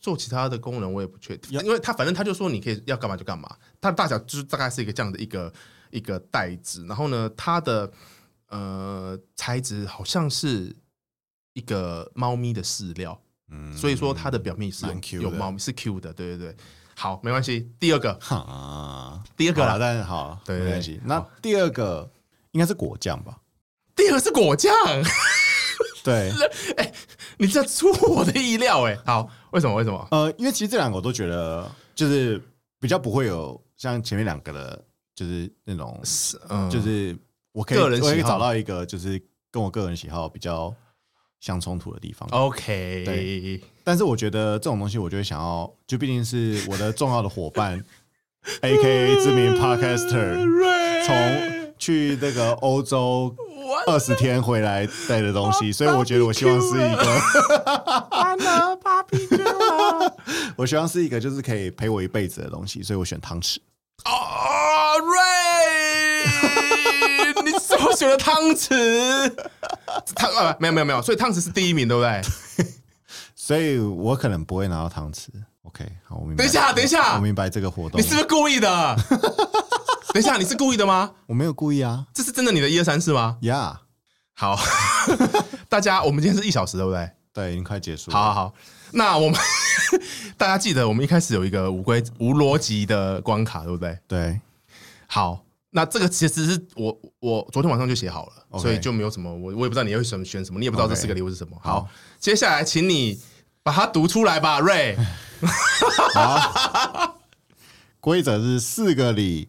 Speaker 2: 做其他的功能我也不确定，
Speaker 1: 要
Speaker 2: 因为它反正它就说你可以要干嘛就干嘛，它的大小就是大概是一个这样的一个一个袋子，然后呢，它的呃材质好像是一个猫咪的饲料，
Speaker 1: 嗯
Speaker 2: 所以说它的表面是
Speaker 1: 蛮 Q
Speaker 2: 有有
Speaker 1: 的
Speaker 2: 猫咪是 Q 的，对对对。好，没关系。第二个，
Speaker 1: 哈，
Speaker 2: 第二个
Speaker 1: 好啦
Speaker 2: 啦，
Speaker 1: 但是好，
Speaker 2: 对
Speaker 1: 没关系。那第二个应该是果酱吧？
Speaker 2: 第二个是果酱， [laughs]
Speaker 1: 对，
Speaker 2: 你这出乎我的意料哎、好，为什么？为什么？
Speaker 1: 呃，因为其实这两个我都觉得就是比较不会有像前面两个的，就是那种，
Speaker 2: 嗯，
Speaker 1: 就是我可以
Speaker 2: 个人喜好
Speaker 1: 我可以找到一个就是跟我个人喜好比较相冲突的地
Speaker 2: 哦
Speaker 1: 方。
Speaker 2: 嗯 OK，
Speaker 1: 但是我觉得这种东西，我就会想要，就毕竟是我的重要的伙
Speaker 2: [laughs]
Speaker 1: 伴，A K A 知名 podcaster，
Speaker 2: 瑞
Speaker 1: 从去那个欧洲
Speaker 2: 我
Speaker 1: 二十天回来带的东西，所以我觉得我希望是一个，
Speaker 2: 完了，Papi 了。
Speaker 1: [laughs] 我希望是一个就是可以陪我一辈子的东西，所以我选汤匙。
Speaker 2: 哦，瑞， [laughs] 你怎么选了汤匙？汤啊，没有没有没有，所以汤匙是第一名，对不对？
Speaker 1: 所以我可能不会拿到汤匙。OK，好，我明白。
Speaker 2: 等一下等一下
Speaker 1: 我明白这个活动，
Speaker 2: 你是不是故意
Speaker 1: [laughs]
Speaker 2: 的？等一下，你是故意的吗？
Speaker 1: 我没有故意啊
Speaker 2: 这是真的你的一二三四吗？
Speaker 1: 呀
Speaker 2: 好， [laughs] 大家，我们今天是一小时，对不对？
Speaker 1: 对，已经快结束了。
Speaker 2: 好好好，那我们 [laughs] 大家记得，我们一开始有一个无规无逻辑的关卡，对不对？
Speaker 1: 对，
Speaker 2: 好，那这个其实是我我昨天晚上就写好了
Speaker 1: OK
Speaker 2: 所以就没有什么，我我也不知道你会选选什么，你也不知道这
Speaker 1: OK
Speaker 2: 四个礼物是什么。
Speaker 1: 好
Speaker 2: 好，接下来请你把它读出来吧，瑞。
Speaker 1: 规则是四个里，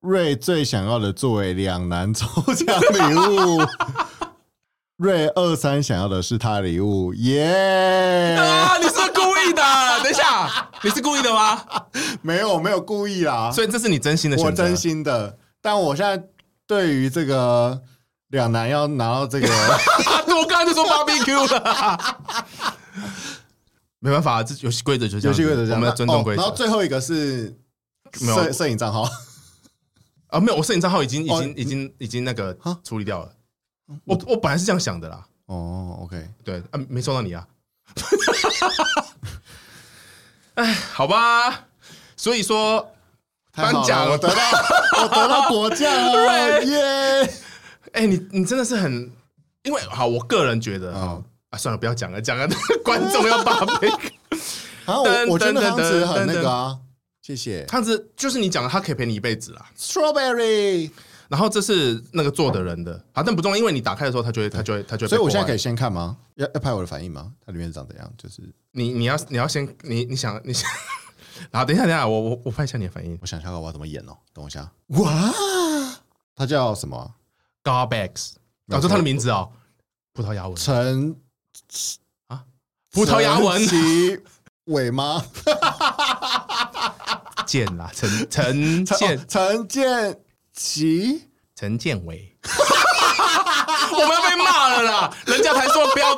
Speaker 1: 瑞最想要的作为两难抽奖礼
Speaker 2: [laughs]
Speaker 1: 物。瑞二三想要的是他的礼物，耶、
Speaker 2: [laughs] 啊，你是不是故
Speaker 1: [laughs]
Speaker 2: 意的？等一下，你是故意的吗？
Speaker 1: 没有没有故意啦，
Speaker 2: 所以这是你真心的选择，
Speaker 1: 我真心的。但我现在对于这个两难要拿到这个，
Speaker 2: 啊！我刚刚就说 BBQ 了。
Speaker 1: [laughs]
Speaker 2: 没办法，这游戏规则就这
Speaker 1: 游
Speaker 2: 样子，
Speaker 1: 戏规则这样
Speaker 2: 我们要尊重规
Speaker 1: 哦
Speaker 2: 则。
Speaker 1: 然后最后一个是
Speaker 2: 没有
Speaker 1: 摄摄影账号，
Speaker 2: 啊，没有，我摄影账号已经已
Speaker 1: 哦
Speaker 2: 经已经已经那个
Speaker 1: 啊嗯
Speaker 2: 处理掉了。我我本来是这样想的啦，
Speaker 1: 哦，OK，
Speaker 2: 对啊，没收到你啊。 [laughs] 哎，好吧，所以说
Speaker 1: 太好
Speaker 2: 颁
Speaker 1: 了
Speaker 2: 奖
Speaker 1: 我得到 [laughs] 我得到果酱 [laughs] 了，耶！
Speaker 2: 哎、你你真的是很，因为好，我个人觉得啊、
Speaker 1: 嗯
Speaker 2: 啊，算了，不要讲了，讲了 [laughs] 观众要把杯。
Speaker 1: 然后
Speaker 2: 噔
Speaker 1: 我我觉得
Speaker 2: 噔
Speaker 1: 汤匙
Speaker 2: 噔
Speaker 1: 很
Speaker 2: 噔
Speaker 1: 那个啊，谢谢
Speaker 2: 他是就是你讲的，他可以陪你一辈子啦。
Speaker 1: Strawberry，
Speaker 2: 然后这是那个做的人的，好，但不重要，因为你打开的时候，他就会他就会他就会被破坏。
Speaker 1: 所以我现在可以先看吗？要要拍我的反应吗？它里面是长怎样？就是
Speaker 2: 你你要你要先你你想你想， [laughs] 然后等一下等一下，我我我拍一下你的反应。
Speaker 1: 我想一下我要怎么演哦，等我一下。哇，它叫什么啊？
Speaker 2: Garbax，
Speaker 1: 没有
Speaker 2: 啊，就他的名字哦，葡萄牙文，
Speaker 1: 陈
Speaker 2: 葡萄牙文
Speaker 1: 陈其伟吗？
Speaker 2: 建啦，陈 [laughs]
Speaker 1: [laughs]
Speaker 2: 陈
Speaker 1: 陈
Speaker 2: 哦建
Speaker 1: 哦陈建奇，
Speaker 2: 陈建伟， [laughs] 我们要被骂了啦！人家才说不要。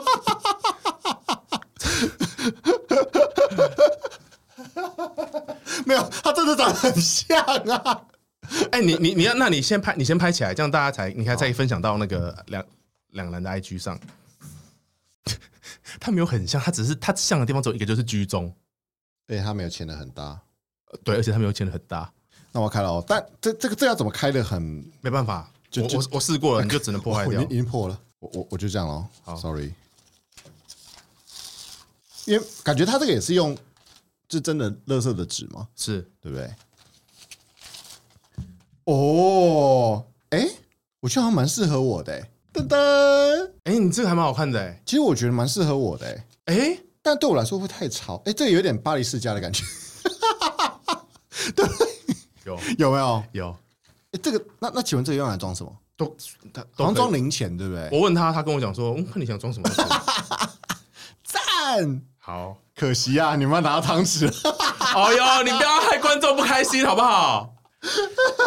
Speaker 1: 没有，他真的长得很像啊。
Speaker 2: [laughs] 哎，你你你要，那你先拍，你先拍起来，这样大家才你还再分享到那个两两人的 IG 上。 [laughs] 他没有很像，他只是他像的地方只有一个，就是居中。
Speaker 1: 对，他没有牵的很大。
Speaker 2: 呃对，而且他没有牵的很大，
Speaker 1: 那我开了哦，但这这个这要怎么开的很
Speaker 2: 没办法，
Speaker 1: 就
Speaker 2: 我
Speaker 1: 就
Speaker 2: 我我试 [laughs] 过了，你就只能破
Speaker 1: 哦
Speaker 2: 坏
Speaker 1: 我已
Speaker 2: 掉
Speaker 1: 经已。经破了，我我我就这样喽。
Speaker 2: 好
Speaker 1: s o r r y 因为感觉他这个也是用就真的乐色的纸嘛，
Speaker 2: 是
Speaker 1: 对不对？哦，哎、我觉得好像蛮适合我的、欸，噔噔，
Speaker 2: 哎、你这个还蛮好看的哎、
Speaker 1: 其实我觉得蛮适合我的、欸，
Speaker 2: 哎、
Speaker 1: 但对我来说会太吵，哎、这个有点巴黎世家的感觉，
Speaker 2: 有
Speaker 1: 有没有？
Speaker 2: 有
Speaker 1: 哎这个那那请问这个用来装什么？
Speaker 2: 都他
Speaker 1: 好
Speaker 2: 都
Speaker 1: 像装
Speaker 2: 可以。
Speaker 1: 零钱，对不对？
Speaker 2: 我问他，他跟我讲说，嗯，看你想装什 [laughs] 么。
Speaker 1: 赞，
Speaker 2: 好，
Speaker 1: 可惜啊，你们要拿到汤匙。 [laughs]
Speaker 2: 哎呦，你不要害观众不开心好不 [laughs] 好？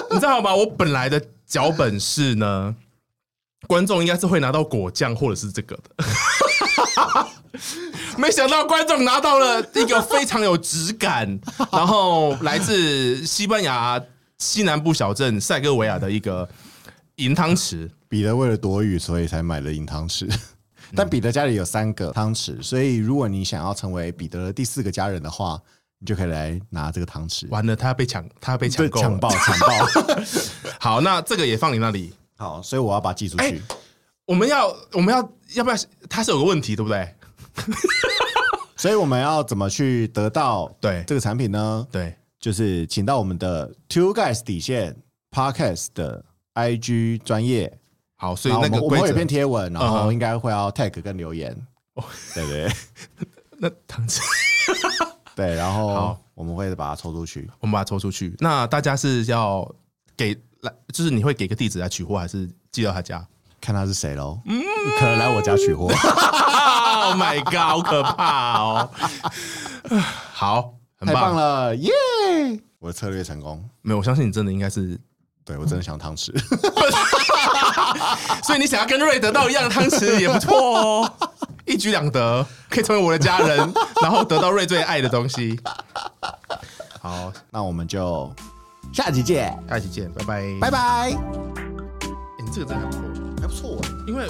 Speaker 2: 你知道吗？我本来的脚本是呢，观众应该是会拿到果酱或者是这个 [laughs] 的，没想到观众拿到了一个非常有质感，然后来自西班牙西南部小镇塞戈维亚的一个银汤匙。
Speaker 1: 彼得为了躲雨，所以才买了银汤匙。
Speaker 2: 嗯
Speaker 1: 但彼得家里有三个汤匙，所以如果你想要成为彼得的第四个家人的话，你就可以来拿这个糖吃。
Speaker 2: 完了，他被抢，他被抢
Speaker 1: 对，
Speaker 2: 购
Speaker 1: 抢
Speaker 2: 了。
Speaker 1: 爆，抢
Speaker 2: [laughs]
Speaker 1: 爆！
Speaker 2: 好，那这个也放你那里。
Speaker 1: 好，所以我要把它寄出
Speaker 2: 哎
Speaker 1: 去。
Speaker 2: 我们要，我们要，要不要？它是有个问题，对不对？
Speaker 1: 所以我们要怎么去得到
Speaker 2: 对
Speaker 1: 这个产品呢？
Speaker 2: 对，
Speaker 1: 就是请到我们的 Two Guys 底线 Podcast 的 IG 专业，
Speaker 2: 好，所以
Speaker 1: 然后
Speaker 2: 那
Speaker 1: 我
Speaker 2: 个
Speaker 1: 们我
Speaker 2: 规
Speaker 1: 们会有一
Speaker 2: 则
Speaker 1: 篇，贴文，然
Speaker 2: 嗯
Speaker 1: 后
Speaker 2: 哼哦
Speaker 1: 应该会要 tag 跟留言，对对对
Speaker 2: 那糖纸，
Speaker 1: 对，然后
Speaker 2: [laughs] 好
Speaker 1: 我们会把它抽出去。
Speaker 2: 我们把它抽出去。那大家是要给来，就是你会给个地址来取货，还是寄到他家
Speaker 1: 看他是谁喽，
Speaker 2: 嗯
Speaker 1: 可能来我家
Speaker 2: [laughs]
Speaker 1: 取货。啊
Speaker 2: ？Oh my god，好可怕
Speaker 1: [laughs]
Speaker 2: 哦！好，很
Speaker 1: 太
Speaker 2: 棒
Speaker 1: 棒了，耶！我的策略成功，
Speaker 2: 没有，我相信你真的应该是， [laughs]
Speaker 1: 对我真的想糖吃。
Speaker 2: 所以你想要跟瑞得到一样的汤匙也不错哦，一举两得，可以成为我的家人，然后得到瑞最爱的东西。好，
Speaker 1: [laughs] 那我们就下集见，
Speaker 2: 下期见，拜拜，
Speaker 1: 拜拜。
Speaker 2: 欸你这个真的还不错，
Speaker 1: 还不错哎。
Speaker 2: 因为。